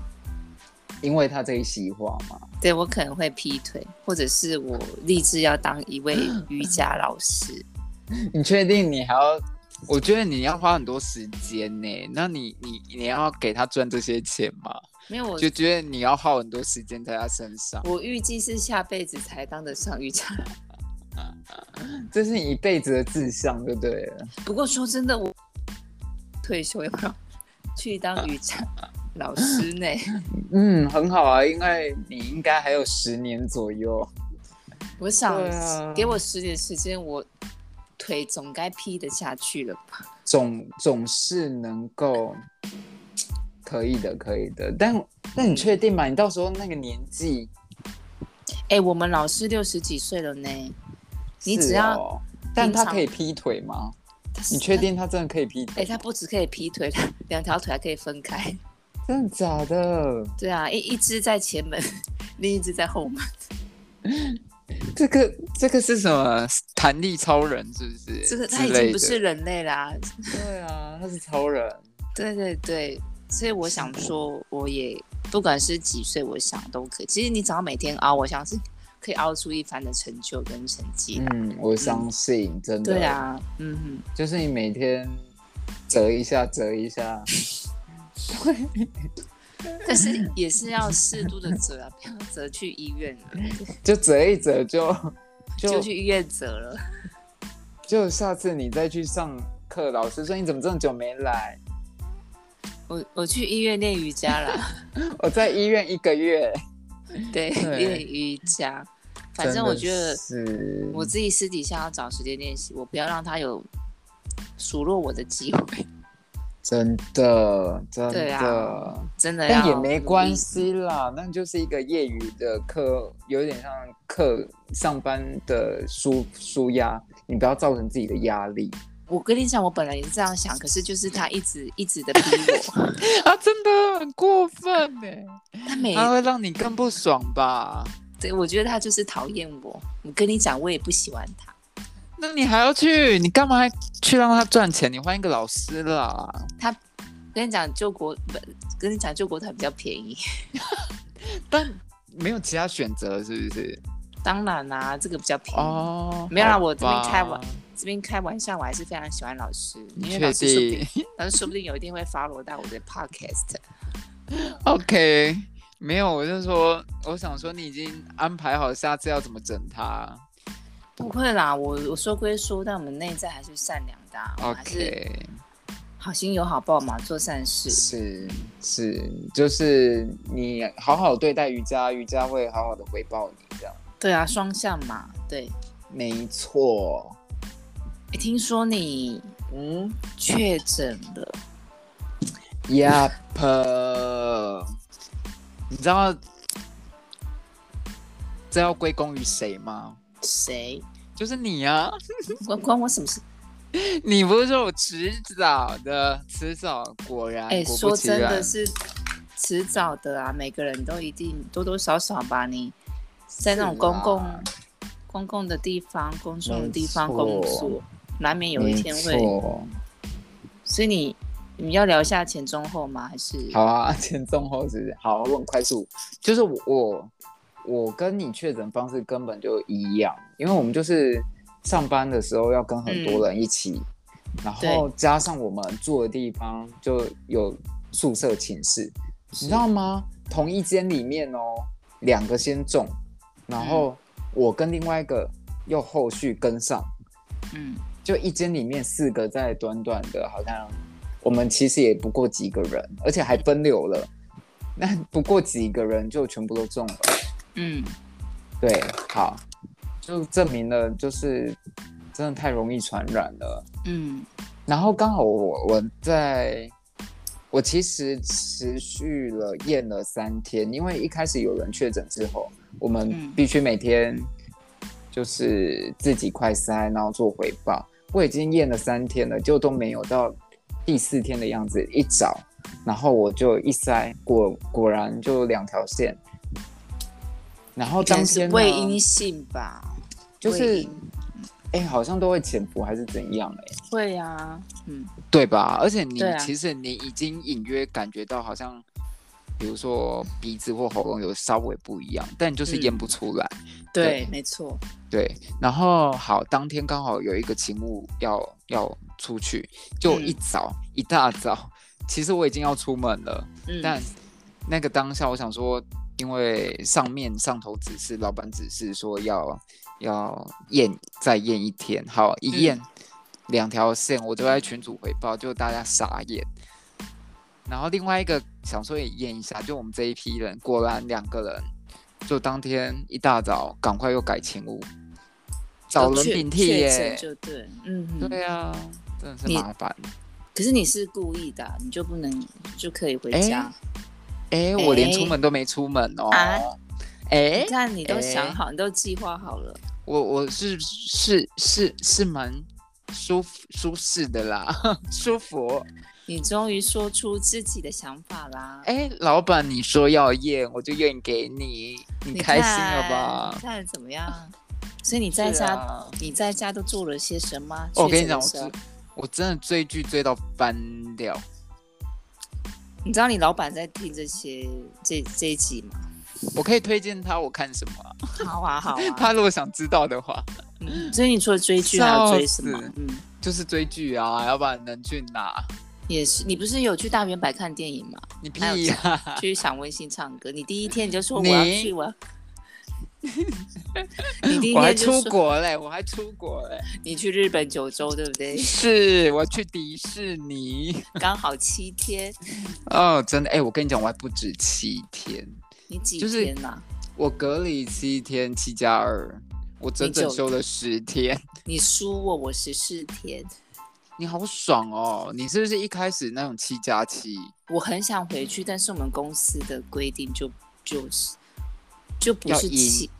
C: 因为他这一席话嘛。
A: 对我可能会劈腿，或者是我立志要当一位瑜伽老师。
C: 嗯你确定你还要？
B: 我觉得你要花很多时间呢，那你你你要给他赚这些钱吗？
A: 没有我，
B: 就觉得你要耗很多时间在他身上，
A: 我预计是下辈子才当得上瑜伽。
C: 这是你一辈子的志向，对不对了？
A: 不过说真的，我退休要不要去当瑜伽老师 呢？
C: 嗯，很好啊，因为你应该还有十年左右。
A: 我想、
C: 对啊
A: 给我十年时间，我腿总该劈得下去了吧？
C: 总总是能够可以的，可以的。但但你确定吗？你到时候那个年纪
A: 哎、我们老师六十几岁了呢。你只
C: 是
A: 要
C: 哦但
A: 平
C: 他
A: 常
C: 可以劈腿吗？
A: 它是
C: 你确？定他真的可以劈 腿？
A: 哎、它不只可以劈腿，它两条腿还可以分开。
C: 真的假的？
A: 对啊，一一只在前门，另一只在后门。
B: 这个这个是什么？弹力超人是不是？
A: 这个
B: 之
A: 它已
B: 类
A: 经不
B: 的
A: 是人类啦。
C: 对啊，他是超人。
A: 对对对，所以我想说，我也不管是几岁，我想都可以。其实你只要每天熬，我相信可以熬出一番的成就跟成绩啦。
C: 嗯，我相信，真的。
A: 对，啊，嗯哼。
C: 就是你每天折一下，折一下。
A: 但是也是要适度的折啊，不要折去医院啊，
C: 就折一折就
A: 就
C: 就
A: 去医院折了。
C: 就下次你再去上课，老师说你怎么这么久没来？
A: 我我去医院练瑜伽啦，
C: 我在医院一个月。
A: 对，
C: 对
A: 练瑜伽。反正我觉得
C: 真的是
A: 我自己私底下要找时间练习，我不要让他有数落我的机会，
C: 真的真
A: 对
C: 的、
A: 啊嗯真的要
C: 但也
A: 努
C: 没
A: 力
C: 关。系啦，那就是一个业余的课，有点像课上班的舒舒压，你不要造成自己的压力
A: 我跟你讲，我本来也是这样想，可是就是他一直一直的逼 我，
B: 啊，真的很过分呢，
A: 他每
C: 啊
B: 它会让你更不爽吧？
A: 对我觉得他就是讨厌我。我跟你讲，我也不喜欢他。
B: 那你还要去？你干嘛还去让他赚钱？你换一个老师啦！
A: 跟你讲，救国不，跟你讲，救国团比较便宜。
B: 但没有其他选择，是不是？
A: 当然啦、这个比较便宜。
B: 哦，
A: 嗯没有啦
B: 好吧
A: 我这边开玩这边开玩笑，我还是非常喜欢老师，
B: 你
A: 因为
B: 确
A: 老师说不定
B: 定，
A: 老师说不定有一天会 follow 到我的 podcast。
B: ？OK，没有，我就说，我想说你已经安排好下次要怎么整他。
A: 不会啦，我我说归说，但我们内在还是善良的、啊，我们还是
B: OK，
A: 好心有好报嘛，做善事。
C: 是是，就是你好好对待瑜伽，瑜伽会好好的回报你这样。
A: 对啊，双向嘛，对。
C: 没错，
A: 诶听说你
C: 嗯
A: 确诊了，
C: ，Yep，
B: 你知道这要归功于谁吗？
A: 谁？
B: 就是你 啊！
A: 关关我什么事？
B: 你不是说我迟早的，迟早果然，
A: 哎、
B: 果
A: 说
B: 不其
A: 真的
B: 然，
A: 是迟早的啊，每个人都一定多多少少吧。你在那种
C: 是
A: 公共、
C: 啦
A: 公共的地方、公众的地方
C: 没
A: 工
C: 错
A: 作，难免有
C: 没
A: 一天会。
C: 错
A: 所以你你要聊一下前中后吗？还是
C: 好啊， 前中后是不是好，啊我很快速，就是我我我跟你确诊方式根本就一样，因为我们就是上班的时候要跟很多人一起，然后加上我们住的地方就有宿舍寝室，你知道吗？同一间里面哦，两个先中，然后我跟另外一个又后续跟上，
A: 嗯，
C: 就一间里面四个在短短的，好像我们其实也不过几个人，而且还分流了。那不过几个人就全部都中了，
A: 嗯，
C: 对，好，就证明了就是真的太容易传染了。
A: 嗯，
C: 然后刚好我我在，我其实持续了验了三天，因为一开始有人确诊之后，我们
A: 嗯
C: 必须每天就是自己快筛，然后做回报。我已经验了三天了，就都没有到第四天的样子，一找，然后我就一筛，果果然就两条线。然后
A: 可
C: 当
A: 能是
B: 啊
C: 天呢
A: 未阴性吧，
C: 就是
A: 未阴
C: 哎、好像都会潜伏还是怎样哎、
A: 会啊，嗯，
B: 对吧？而且你、
A: 对啊
B: 其实你已经隐约感觉到，好像比如说鼻子或喉咙有稍微不一样，但你就是
A: 嗯
B: 咽不出来。
A: 对，没错，
B: 对，然后好，当天刚好有一个勤务要要出去，就
A: 嗯
B: 一早、一大早，其实我已经要出门了，
A: 嗯，
B: 但那个当下我想说，因为上面上头指示，老板指示说要要验再验一天，好
A: 嗯
B: 一验、两条线，我都在群组回报，就大家傻眼。然后另外一个想说也验一下，就我们这一批人，果然两个人就当天一大早赶快又改勤务，找
A: 都
B: 人
A: 确
B: 顶替
A: 确诊
B: 耶。
A: 就对，嗯哼，
B: 对啊，真的是
A: 你
B: 麻烦。
A: 可是你是故意的啊，你就不能就可以回
B: 哎
A: 家。
B: 哎，我连出
A: 哎
B: 门都没出门哦。
A: 啊
B: 哎
A: 你看，你都
B: 哎
A: 想好，你都计划好了。
B: 我我是是是是蛮舒服舒适的啦， 舒服。
A: 你终于说出自己的想法啦！
B: 哎，老板，你说要验，我就验给你，你
A: 你
B: 开心了吧
A: 看？看怎么样？所以你在家，
B: 是啊哦
A: 你在家都做了些什么？
B: 我跟你
A: 确诊
B: 讲，
A: 的
B: 我
A: 时候
B: 真我真的追剧追到翻掉。
A: 你知道你老板在听这些这这一集吗？
B: 我可以推荐他我看什么啊、
A: 好啊，好啊。
B: 他如果想知道的话，
A: 嗯所以你除了追剧，还要追什么
B: 笑死？
A: 嗯，
B: 就是追剧啊，要不然能去哪？
A: 也是。你不是有去大圆柏看电影吗？
B: 你屁
A: 还有
B: 呀、
A: 去赏温馨唱歌。你第一天你就说我要
B: 你
A: 去，我要。 你第一
B: 我还
A: 天就
B: 出
A: 说
B: 国嘞，我还出国 嘞，
A: 你去日本九州，对不 对？
B: 是我去迪士尼。
A: 刚好七天，
B: 哦，真的，哎、我跟你讲，我还不止七天，
A: 你几
B: 就是
A: 天呐、
B: 我隔离七天，七加二，我整整休了十天。
A: 你输我，我十四天。
B: 你好爽哦！你是不是一开始那种七加七？
A: 我很想回去，但是我们公司的规定就就是就不
B: 要
A: 是
B: 赢
A: 七，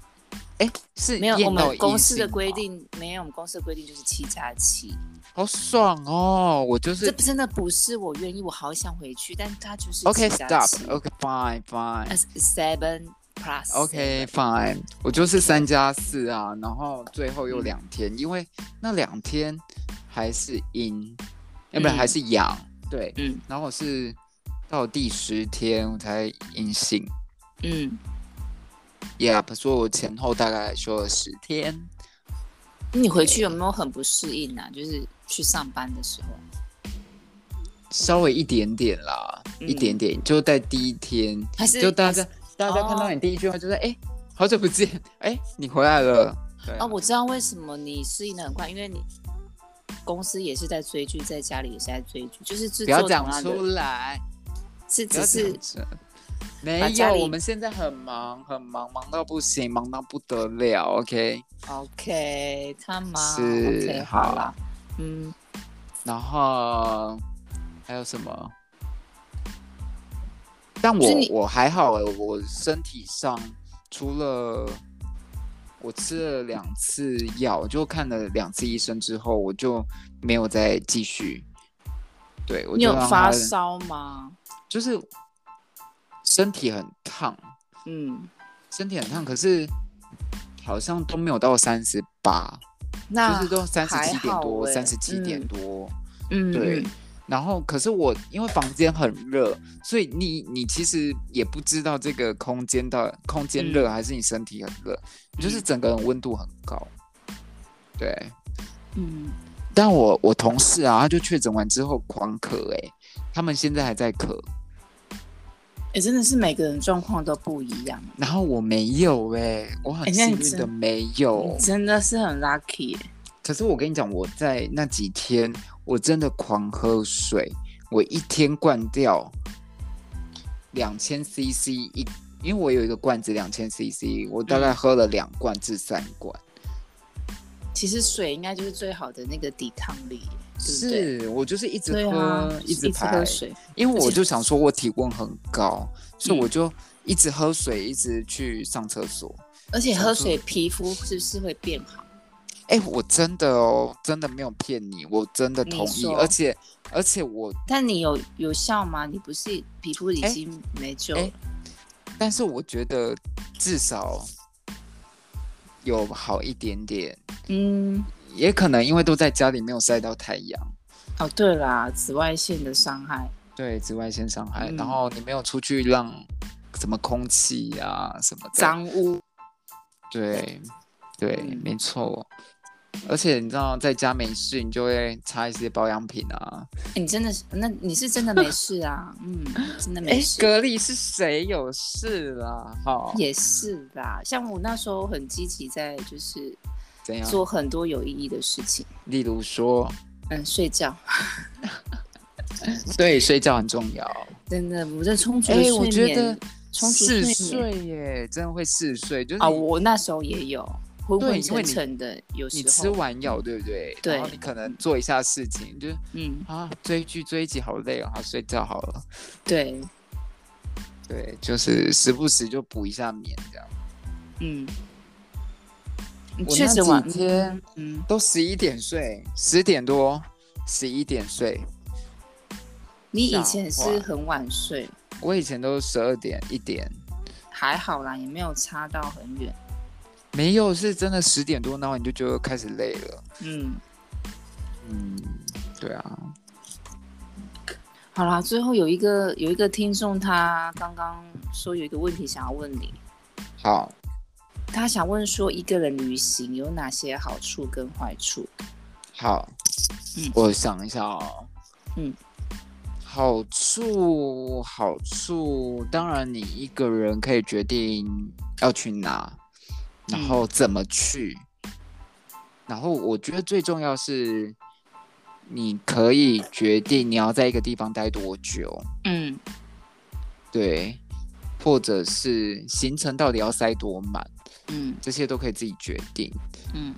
B: 哎是
A: 没有我
B: 验到
A: 们公司的
B: 阴性
A: 规
B: 吗，
A: 定没有，我们公司的规定就是七加七。
B: 好爽哦！我就
A: 这
B: 是
A: 真的不是我愿意，我好想回去，但他就是七
B: OK
A: 加
B: stop
A: 七
B: OK fine fine。
A: seven plus
B: OK
A: seven
B: fine，我就是三加四啊，然后最后又两天，
A: 嗯
B: 因为那两天还是阴，要不
A: 嗯
B: 然还是阳，对，
A: 嗯
B: 然后我是到第十天我才阴性
A: 嗯，
B: ，Yeah，所以我前后大概休了十天，
A: 你回去有没有很不适应啊？就是去上班的时候，
B: 稍微一点点啦，
A: 嗯
B: 一点点，就在第一天，
A: 还是
B: 就大
A: 还
B: 家
A: 是哦
B: 大家看到你第一句话就是哎、好久不见，哎、你回来了，对
A: 啊，我知道为什么你适应的很快，因为你公司也是在追剧，在家里也是在追剧，就是制
B: 不要
A: 作
B: 讲
A: 同样的
B: 出来。
A: 是
B: 不要
A: 只是
B: 讲这没
A: 把家
B: 有，
A: 里
B: 我们现在很忙，很忙，忙到不行，忙到不得了。OK，
A: OK，他妈
B: 是
A: OK 好
B: 好
A: 啦，嗯，
B: 然后还有什么？但我
A: 所以你
B: 我还好欸我身体上除了我吃了两次药，就看了两次医生之后，我就没有再继续。对，我
A: 你
B: 就
A: 有
B: 让
A: 发
B: 它
A: 烧吗？
B: 就是身体很烫，
A: 嗯，
B: 身体很烫，可是好像都没有到三十八，就
A: 那
B: 是都三十
A: 啊还
B: 七点
A: 好
B: 多，
A: 欸
B: 三十七点
A: 嗯
B: 多。
A: 嗯
B: 对
A: 嗯
B: 然后，可是我因为房间很热，所以你你其实也不知道这个空间的空间
A: 嗯
B: 热还是你身体很热，你就是整个人温度很高。对，
A: 嗯，
B: 但我我同事啊，他就确诊完之后狂咳、欸，他们现在还在咳，
A: 哎、真的是每个人状况都不一样，
B: 然后我没有、欸，我很
A: 欸那
B: 幸
A: 你
B: 运的
A: 真
B: 没有
A: 你。真的是很 lucky 欸、
B: 可是我跟你讲，我在那几天我真的狂喝水，我一天灌掉两千 CC 一，因为我有一个罐子两千 CC，我大概
A: 嗯
B: 喝了两罐至三罐。
A: 其实水应该就是最好的那个抵抗力，对不对？
B: 是我就是一直
A: 对
B: 喝，
A: 啊，
B: 一直排
A: 喝水，
B: 因为
A: 而
B: 我
A: 且
B: 就想说我体温很高，所以
A: 嗯
B: 我就一直喝水，一直去上厕所。
A: 而且
B: 想
A: 喝
B: 说
A: 水皮肤是不是会变好？
B: 哎、我真的哦，真的没有骗你，我真的
A: 你
B: 同意，
A: 说
B: 而且而且我
A: 但你有有效吗？你不是皮肤已
B: 哎
A: 经没救了？
B: 哎但是我觉得至少有好一点点，
A: 嗯，
B: 也可能因为都在家里没有晒到太阳，
A: 哦，对啦，紫外线的伤害，
B: 对紫外线伤害，
A: 嗯
B: 然后你没有出去让什么空气啊什么的，
A: 脏污，
B: 对对，
A: 嗯
B: 没错。而且你知道，在家没事，你就会擦一些保养品啊。
A: 哎你真的是，那你是真的没事 啊？嗯，真的没事，
B: 格力是谁有事啦？好，
A: 也是啦。像我那时候很积极，在就是
B: 怎样？
A: 做很多有意义的事情，
B: 例如说，
A: 嗯，睡觉，
B: 对，睡觉很重要。
A: 真的，我在充足
B: 哎、
A: 的睡眠，
B: 我觉得
A: 充足睡
B: 嗜
A: 眠
B: 睡耶，真的会嗜睡，就是
A: 啊，
B: 你
A: 我那时候也有昏
B: 对
A: 昏
B: 因
A: 沉
B: 为你
A: 沉的，有
B: 你
A: 时
B: 吃
A: 候，
B: 完药对不对？然后
A: 对
B: 你可能做一下事情，就是
A: 嗯，
B: 啊追剧追一集好累哦，好睡觉好了。
A: 对，
B: 对，就是时不时就补一下眠这样。
A: 嗯，你
B: 我
A: 确诊
B: 那
A: 完
B: 几，天
A: 嗯，
B: 都十一点睡，十点多，十一点睡。
A: 你以
B: 吓
A: 前是
B: 坏
A: 很晚睡，
B: 我以前都十二点一点，
A: 还好啦，也没有差到很远。
B: 没有是真的十点多，然后你就觉得开始累了。
A: 嗯，
B: 嗯，对啊，
A: 好啦，最后有一个有一个听众，他刚刚说有一个问题想要问你，
B: 好，
A: 他想问说一个人旅行有哪些好处跟坏处？
B: 好，
A: 嗯
B: 我想一下哦，
A: 嗯，
B: 好处好处，当然你一个人可以决定要去哪，然
A: 嗯
B: 后怎么去，然后我觉得最重要是，你可以决定你要在一个地方待多久，
A: 嗯
B: 对，或者是行程到底要塞多满，
A: 嗯
B: 这些都可以自己决定。
A: 嗯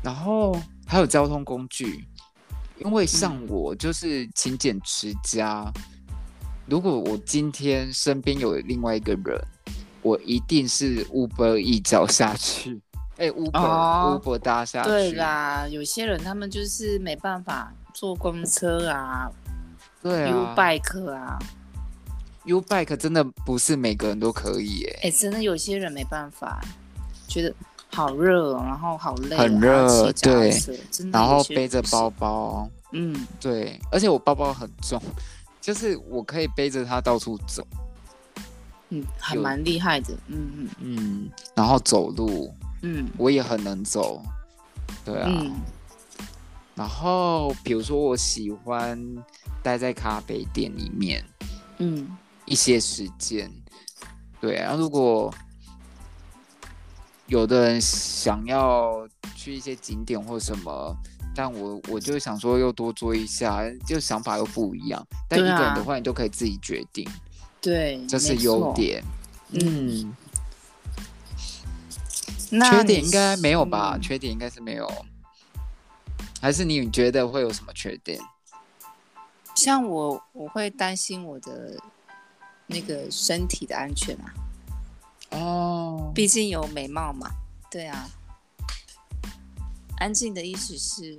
B: 然后还有交通工具，因为像我就是勤俭持家，如果我今天身边有另外一个人，我一定是 Uber 一脚下去， 哎、u b e r、
A: 哦
B: Uber 搭下去，
A: 对啦，有些人他们就是没办法坐公车啊、
B: 对
A: U
B: 啊
A: bike 啊，
B: ，U Bike 真的不是每个人都可以、耶，
A: 哎、真的有些人没办法，觉得好热、哦，然后好累哦，
B: 很
A: 还要
B: 热
A: 骑脚踏
B: 对
A: 车，真的
B: 然后
A: 有些人
B: 背着
A: 嗯不
B: 包
A: 行，
B: 包，
A: 嗯，
B: 对，而且我包包很重，就是我可以背着它到处走，
A: 嗯，还
B: 有
A: 蛮厉害的，嗯
B: 嗯，然后走路
A: 嗯
B: 我也很能走，对
A: 嗯
B: 啊。
A: 嗯
B: 然后比如说我喜欢待在咖啡店里面
A: 嗯
B: 一些时间，对啊。如果有的人想要去一些景点或什么，但我我就想说又多做一下，就想法又不一样。但一
A: 对啊
B: 个人的话，你都可以自己决定，
A: 对，
B: 这是
A: 没
B: 优
A: 错。
B: 点。嗯，
A: 那
B: 缺
A: 你
B: 点应该没有吧？
A: 嗯
B: 缺点应该是没有，还是你觉得会有什么缺点？
A: 像我，我会担心我的那个身体的安全啊，
B: 哦，
A: 毕竟有美貌嘛。对啊，安静的意思是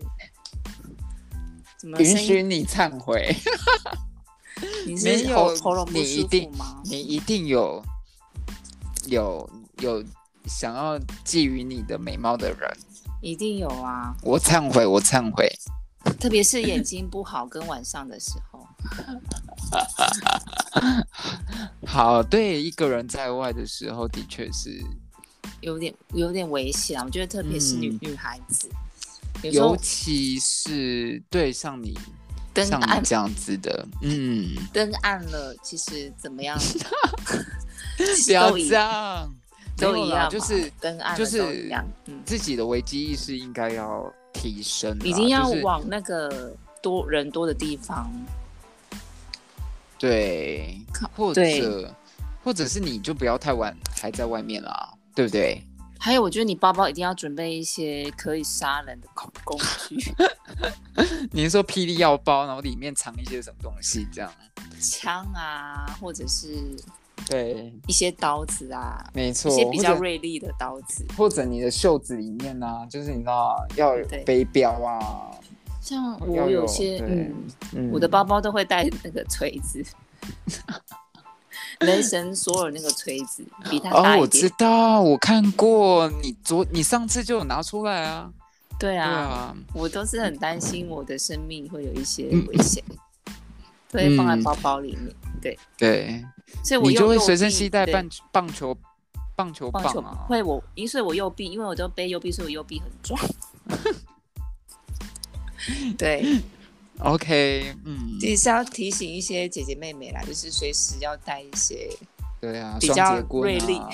A: 怎么
B: 允
A: 声
B: 许
A: 音？
B: 你忏悔，
A: 你
B: 没
A: 是
B: 有
A: 喉喉咙不
B: 你一
A: 舒服
B: 定
A: 吗？
B: 你一定有有有想要觊觎你的美貌的人。
A: 一定有啊，
B: 我忏悔，我忏悔。
A: 特别 是眼睛不好跟晚上的时候。
B: 好，对一个人在外的时候，的确是，
A: 有点有点危险啊，我觉得特别是女、
B: 嗯
A: 女孩子，有时候
B: 尤其是对像你
A: 灯
B: 像
A: 暗
B: 你这样子 的，嗯，
A: 灯暗了，其实怎 么样，其
B: 不
A: 实
B: 要
A: 都
B: 这
A: 一
B: 样，
A: 都
B: 没有
A: 一
B: 啦
A: 样嘛，
B: 就是
A: 灯暗了
B: 就
A: 都一
B: 是
A: 样，嗯，
B: 自己的危机意识应该要提升啦，
A: 已经要
B: 啊就是
A: 往那个多人多的地方，
B: 对，或
A: 对
B: 者或者是你就不要太晚还在外面啦，对不对？
A: 还有我觉得你包包一定要准备一些可以杀人的工工 具，
B: 你是说霹雳药包，然后里面藏一些什么东西这样？
A: 枪啊，或者是
B: 对，
A: 一些刀子啊，
B: 没
A: 一
B: 错
A: 些比较
B: 或者
A: 锐利的刀子，
B: 或者你的袖子里面啊，就是你知道要有
A: 对
B: 背标啊，
A: 像
B: 要
A: 我
B: 有
A: 有些
B: 对
A: 嗯。
B: 嗯
A: 我的包包都会带那个锤子， 雷神索尔那个锤子比它大
B: 哦，
A: 一
B: 我知
A: 点。
B: 道，我看过，你昨你上次就有拿出来啊，
A: 对
B: 对
A: 啊，
B: 啊，
A: 我都是很担心我的生命会有一些
B: 嗯
A: 危险，所以放在包包里面。
B: 对，
A: 所以我
B: 你
A: 右
B: 就会
A: 右
B: 随身
A: 臂
B: 携带
A: 对
B: 棒棒球棒球棒
A: 棒球
B: 啊，
A: 会我，因为我右臂，因为我都背右臂，所以我右臂很壮。 对，
B: ，OK，嗯，
A: 也是要提醒一些姐姐妹妹啦，就是随时要带一些。
B: 对啊，
A: 比
B: 双
A: 较
B: 节棍
A: 锐利
B: 啊，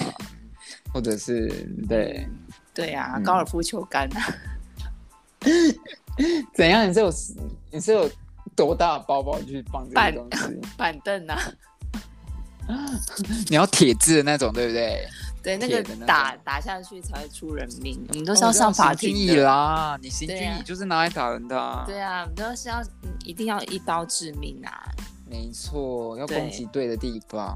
B: 或者是对。
A: 对啊，
B: 嗯
A: 高尔夫球杆啊，
B: 怎样？你是有你是有多大的包包去放这些东西？
A: 板凳啊，
B: 你要铁质的那种，对不对？
A: 对，那
B: 铁
A: 个
B: 的那
A: 打
B: 种
A: 打下去才会出人命，啊我们都是要上法庭
B: 哦
A: 的
B: 行军椅。啦，你行军
A: 对啊
B: 椅就是拿来打人的、啊
A: 对啊，我们都是要嗯一定要一刀致命啊！
B: 没错，要
A: 对
B: 攻击对的地方。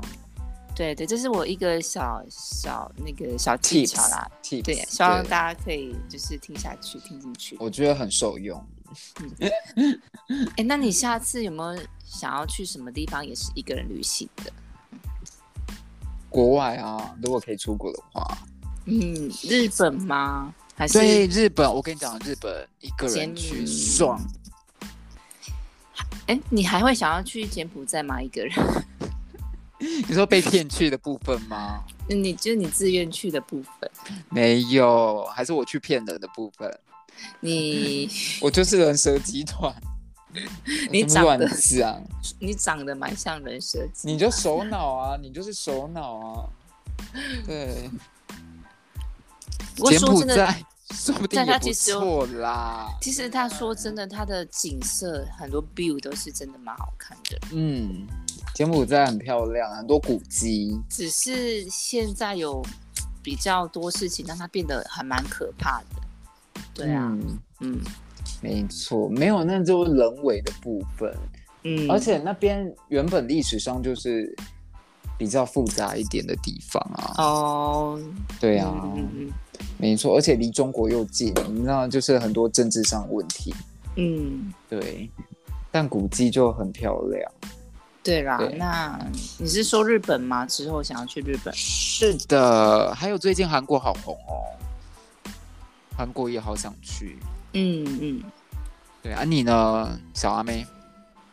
A: 对对，这是我一个小小那个小技
C: tips
A: 巧啦。
C: tips，
A: 对，希望大家可以就是听下去，听进去。
C: 我觉得很受用。
A: 哎，那你下次有没有想要去什么地方也是一个人旅行的？
C: 国外啊，如果可以出国的话，
A: 嗯，日本吗？还是
B: 对日本，我跟你讲，日本一个
A: 柬
B: 人去
A: 埔
B: 爽，
A: 哎，你还会想要去柬埔寨吗？一个人，
B: 你说被骗去的部分吗？
A: 你就是你自愿去的部分，
B: 没有，还是我去骗人的部分。
A: 你
C: 我就是人蛇集团。
A: 你
C: 我这么
A: 长
C: 乱
A: 得
C: 讲，
A: 你长得蛮像人设计，
C: 你就首脑啊，你就是首脑啊。对，
A: 不过
B: 柬
A: 说
B: 埔
A: 真的，
B: 寨说不定
A: 但它
B: 也不
A: 其实有
B: 错啦。
A: 其实他说真的，他的景色很多 view 都是真的蛮好看的，
C: 嗯，柬埔寨很漂亮，很多古迹。
A: 只是现在有比较多事情让它变得还蛮可怕的。对啊，
C: 嗯
A: 嗯
C: 没错，没有那就是人为的部分，
A: 嗯，
C: 而且那边原本历史上就是比较复杂一点的地方啊。
A: 哦，
C: 对
A: 对
C: 啊，
A: 嗯
C: 没错，而且离中国又近，你知道，就是很多政治上的问题。
A: 嗯嗯，
C: 对，但古迹就很漂亮。
A: 对啦
C: 对，
A: 那你是说日本吗？之后想要去日本？
B: 是的，还有最近韩国好红哦，韩国也好想去。
A: 嗯嗯，
B: 对啊，你呢，小阿妹？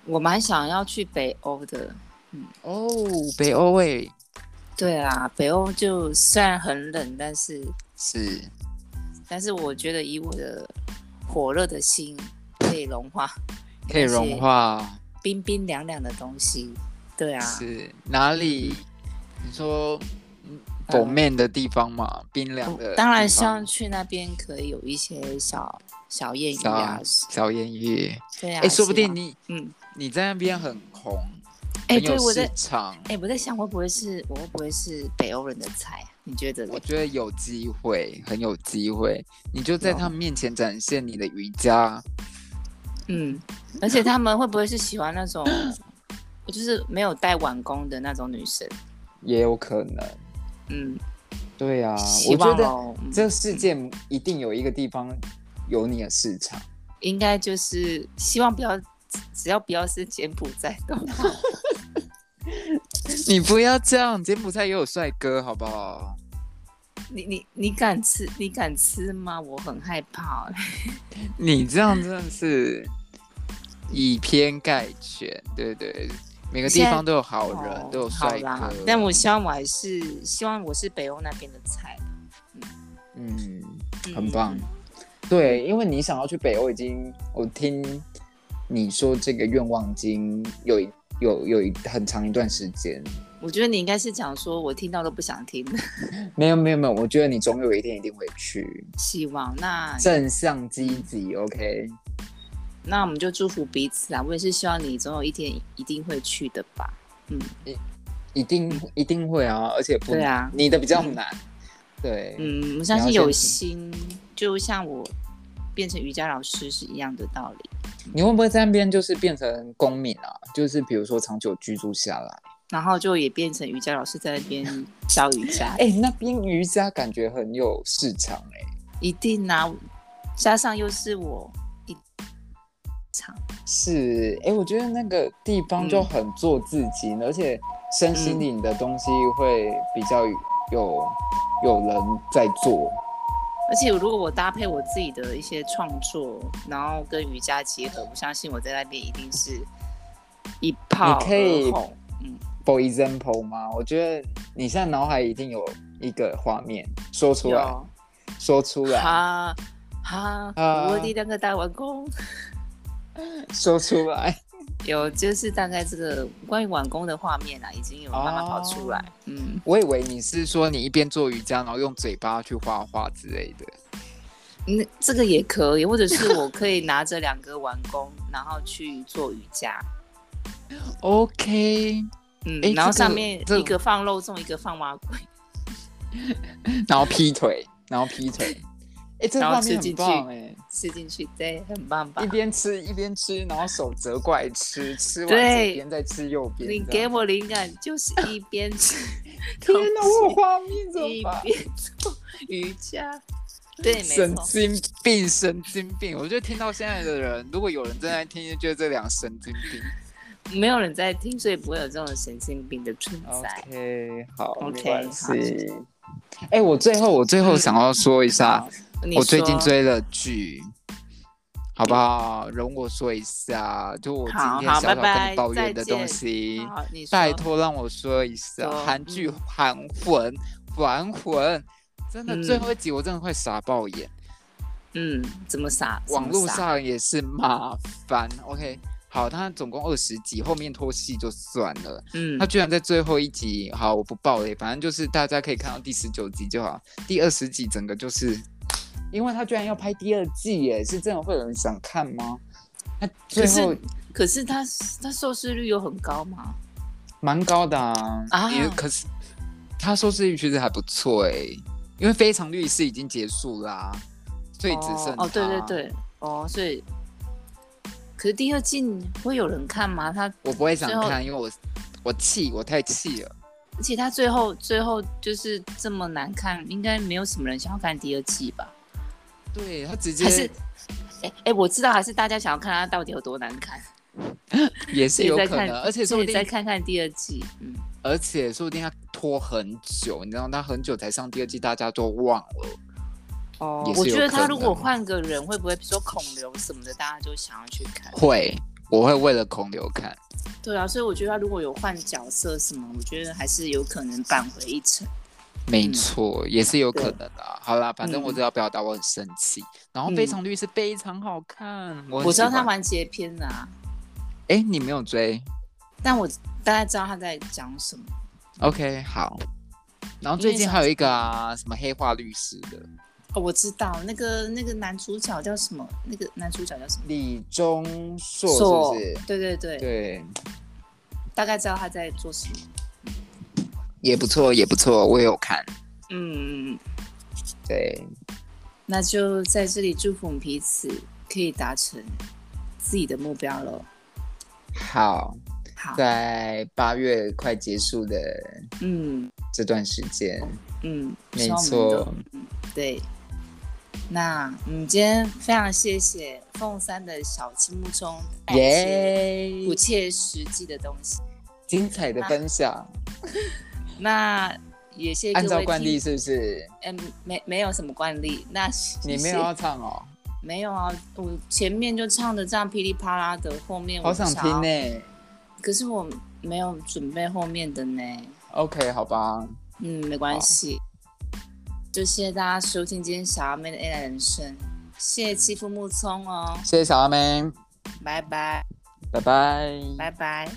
A: 我蛮想要去北欧的。
B: 哦，北欧欸诶，
A: 对啊，北欧就虽然很冷，但是
B: 是
A: 但是我觉得以我的火热的心，可以融化
B: 可以融化，
A: 冰冰凉凉的东西。对啊，
B: 是哪里？你说嗯
A: 嗯
B: 否面的地方嘛，冰凉的地方。
A: 当然希望去那边可以有一些小小艳遇啊。
B: 小艳遇，
A: 对啊，
B: 哎，说不
A: 希
B: 定
A: 望
B: 你
A: 嗯，
B: 你在那边很红，
A: 哎，
B: 很有
A: 对我
B: 市
A: 在
B: 场，
A: 哎我在想会不会是我会不会是北欧人的菜啊？你觉得嘞
B: 我？觉得有机会，很有机会，你就在
A: 有
B: 他们面前展现你的瑜伽。
A: 嗯，而且他们会不会是喜欢那种 就是没有带碗工的那种女生？
C: 也有可能。
A: 嗯，
C: 对啊，
A: 希
C: 我觉
A: 望
B: 哦
C: 得
A: 咯嗯
C: 这个世界一定有一个地方有你的市场。
A: 应该就是希望不要，只要不要是柬埔寨的。
B: 你不要这样，柬埔寨也有帅哥，好不好？
A: 你你你敢吃？你敢吃吗？我很害怕。
B: 你这样真的 是以偏概全，对对，每个地方都有好人，
A: 哦
B: 都有
A: 好
B: 帅
A: 啦
B: 哥。，
A: 但我希望我还是希望我是北欧那边的菜。
C: 嗯，
A: 嗯
C: 很棒。对，因为你想要去北欧，已经我听你说这个愿望已经有一有有一很长一段时间。
A: 我觉得你应该是讲说，我听到都不想听的。
C: 没有没有没有，我觉得你总有一天一定会去，
A: 希望那
C: 正向积极，OK。
A: 那我们就祝福彼此啊！我也是希望你总有一天一定会去的吧。
C: 一定一定会啊，而且不
A: 对啊
C: 你的比较 难，对，
A: 嗯，我相信
C: 你要
A: 有
C: 坚持
A: 心，就像我变成瑜伽老师是一样的道理。
C: 你会不会在那边就是变成公民啊？就是比如说长久居住下来，
A: 然后就也变成瑜伽老师在那边教瑜伽，
C: 哎、那边瑜伽感觉很有市场哎、
A: 一定啊！加上又是我一场，
C: 是哎、我觉得那个地方
A: 嗯
C: 就很做自己，而且身心灵的东西会比较有有人在做，
A: 而且如果我搭配我自己的一些创作，然后跟瑜伽结合，我相信我在那边一定是一炮
C: 你可以
A: 而红。嗯，
C: for example 吗？我觉得你现在脑海一定有一个画面，说出来，
A: 有
C: 说出来，
A: 哈哈，
C: 啊
A: 我的那个大完工。
C: 说出来。
A: 有，就是大概这个关于晚工的画面啊，已经有慢慢跑出来。嗯，
C: 我以为你
B: 你是说你一边做瑜伽，然后用嘴巴去画画之类的？
A: 那这个也可以，或者是我可以拿着两个晚工，然后去做瑜伽。
B: OK，
A: 嗯，
B: 诶
A: 然后
B: 这个
A: 上面
B: 这个
A: 一个放肉粽，一个放蛙龟，
C: 然后劈腿，然后劈腿，哎、这
A: 然后
C: 画
A: 吃
C: 面很
A: 进去
C: 棒哎、
A: 吃进去，对，很棒吧
C: 一？边吃一边吃，然后手责怪吃，吃完
A: 对
C: 左边再吃右边。
A: 你
C: 这
A: 给
C: 样
A: 我灵感就是一边吃
C: 天
A: 东
C: 哪，我有
A: 西
C: 画面怎
A: 一
C: 么办？
A: 边做瑜伽，对，没
C: 神
A: 错，
C: 经
B: 病神经病！我觉得听到现在的人，如果有人正在听，就觉得这两个神经病。
A: 没有人在听，所以不会有这种神经病的存在。
C: OK，好
A: 啊 OK，
C: 是。哎、我最后我最后
A: 嗯
C: 想要说一下，
A: 好嗯你
B: 我最近
A: 说
B: 追了剧，好不好？容我说一下，就我今
A: 好
B: 天
A: 好
B: 小小
A: 拜拜
B: 跟你抱
A: 再
B: 怨的
A: 见
B: 东西。
A: 好，你说
B: 拜托让我说一下
A: 说
B: 韩剧
A: 嗯
B: 《韩魂》，还魂真的
A: 嗯
B: 最后一集我真的快傻爆眼，
A: 嗯，怎么傻？怎
B: 网
A: 么
B: 络
A: 傻
B: 上也是骂翻。OK，好，它总共二十集，后面拖戏就算了，
A: 嗯
B: 它，居然在最后一集，好，我不爆雷，反正就是大家可以看到第十九集就好，第二十集整个就是，
C: 因为他居然要拍第二季耶，是真的会有人想看吗？他最
A: 可是
C: 后
A: 可是他他收视率有很高吗？
C: 蛮高的啊，
A: 啊，
B: 因为可是它收视率其实还不错哎、因为《非常律师》已经结束啦、所以只剩
A: 哦哦，对对
B: 它
A: 对，哦，所以可是第二季会有人看吗？他
B: 我不会想
A: 最后
B: 看，因为我我气，我太气了。
A: 而且他最后最后就是这么难看，应该没有什么人想要看第二季吧？
B: 对他 直
A: 还是
B: 接，
A: 哎哎，我知道，还是大家想要看他到底有多难看，
B: 也是
A: 所以
B: 有
A: 再
B: 可
A: 看
B: 能，，而且说
A: 所
B: 不
A: 以再
B: 定，
A: 看看第二季，嗯，
B: 而且说不定他拖很久，你知道他很久才上第二季，大家都忘了。
A: 哦
B: 也是
A: 我觉得
B: 有可
A: 他如果
B: 能啊
A: 换个人，会不会比如说孔刘什么的，大家就想要去看？
B: 会，我会为了孔刘看。
A: 对啊，所以我觉得他如果有换角色什么，我觉得还是有可能扳回一城。
B: 没
A: 嗯
B: 错，也是有可能啊。好啦，反正我
A: 嗯
B: 只要表达我很生气。然后《
A: 嗯
B: 非常律师》非常好看，我
A: 我知道他
B: 玩。
A: 完结篇啦、啊，
B: 哎，你没有追
A: 但我大概知道他在讲什么。
B: ？OK，好。然后最
A: 因为
B: 近
A: 想
B: 还有一个啊，什么黑化律师的
A: 哦，我知道那个那个男主角叫什么？那个男主角叫什么？
C: 李钟硕是不是？
A: 对对对，
C: 对，
A: 大概知道他在做什么。
B: 也不错，也不错，我也有看。
A: 嗯，嗯嗯
C: 对，
A: 那就在这里祝福我们彼此可以达成自己的目标喽。
C: 好，
A: 好，
B: 啊
C: 在八月快结束的
A: 嗯
C: 这段时间，
A: 嗯，
C: 没
A: 希望我们都
C: 错，
A: 对，那嗯，今天非常谢谢凤山的小青木中带一些
C: 耶，
A: 不切实际的东西。
C: 精彩的分享，
A: 那也谢谢各
C: 按
A: 位
C: 照惯例
A: 听，
C: 是不是？
A: 嗯，没没有什么惯例。那
C: 你没有要唱哦，
A: 没有啊？我前面就唱的这样噼里啪啦的，后面我
C: 好想听呢、
A: 要可是我没有准备后面的呢。
C: OK，好吧，
A: 嗯，没关系。就谢谢大家收听今天小阿妹的 A 来人生，谢谢欺负木聪哦，
C: 谢谢小阿妹，
A: 拜拜，
C: 拜拜，
A: 拜拜。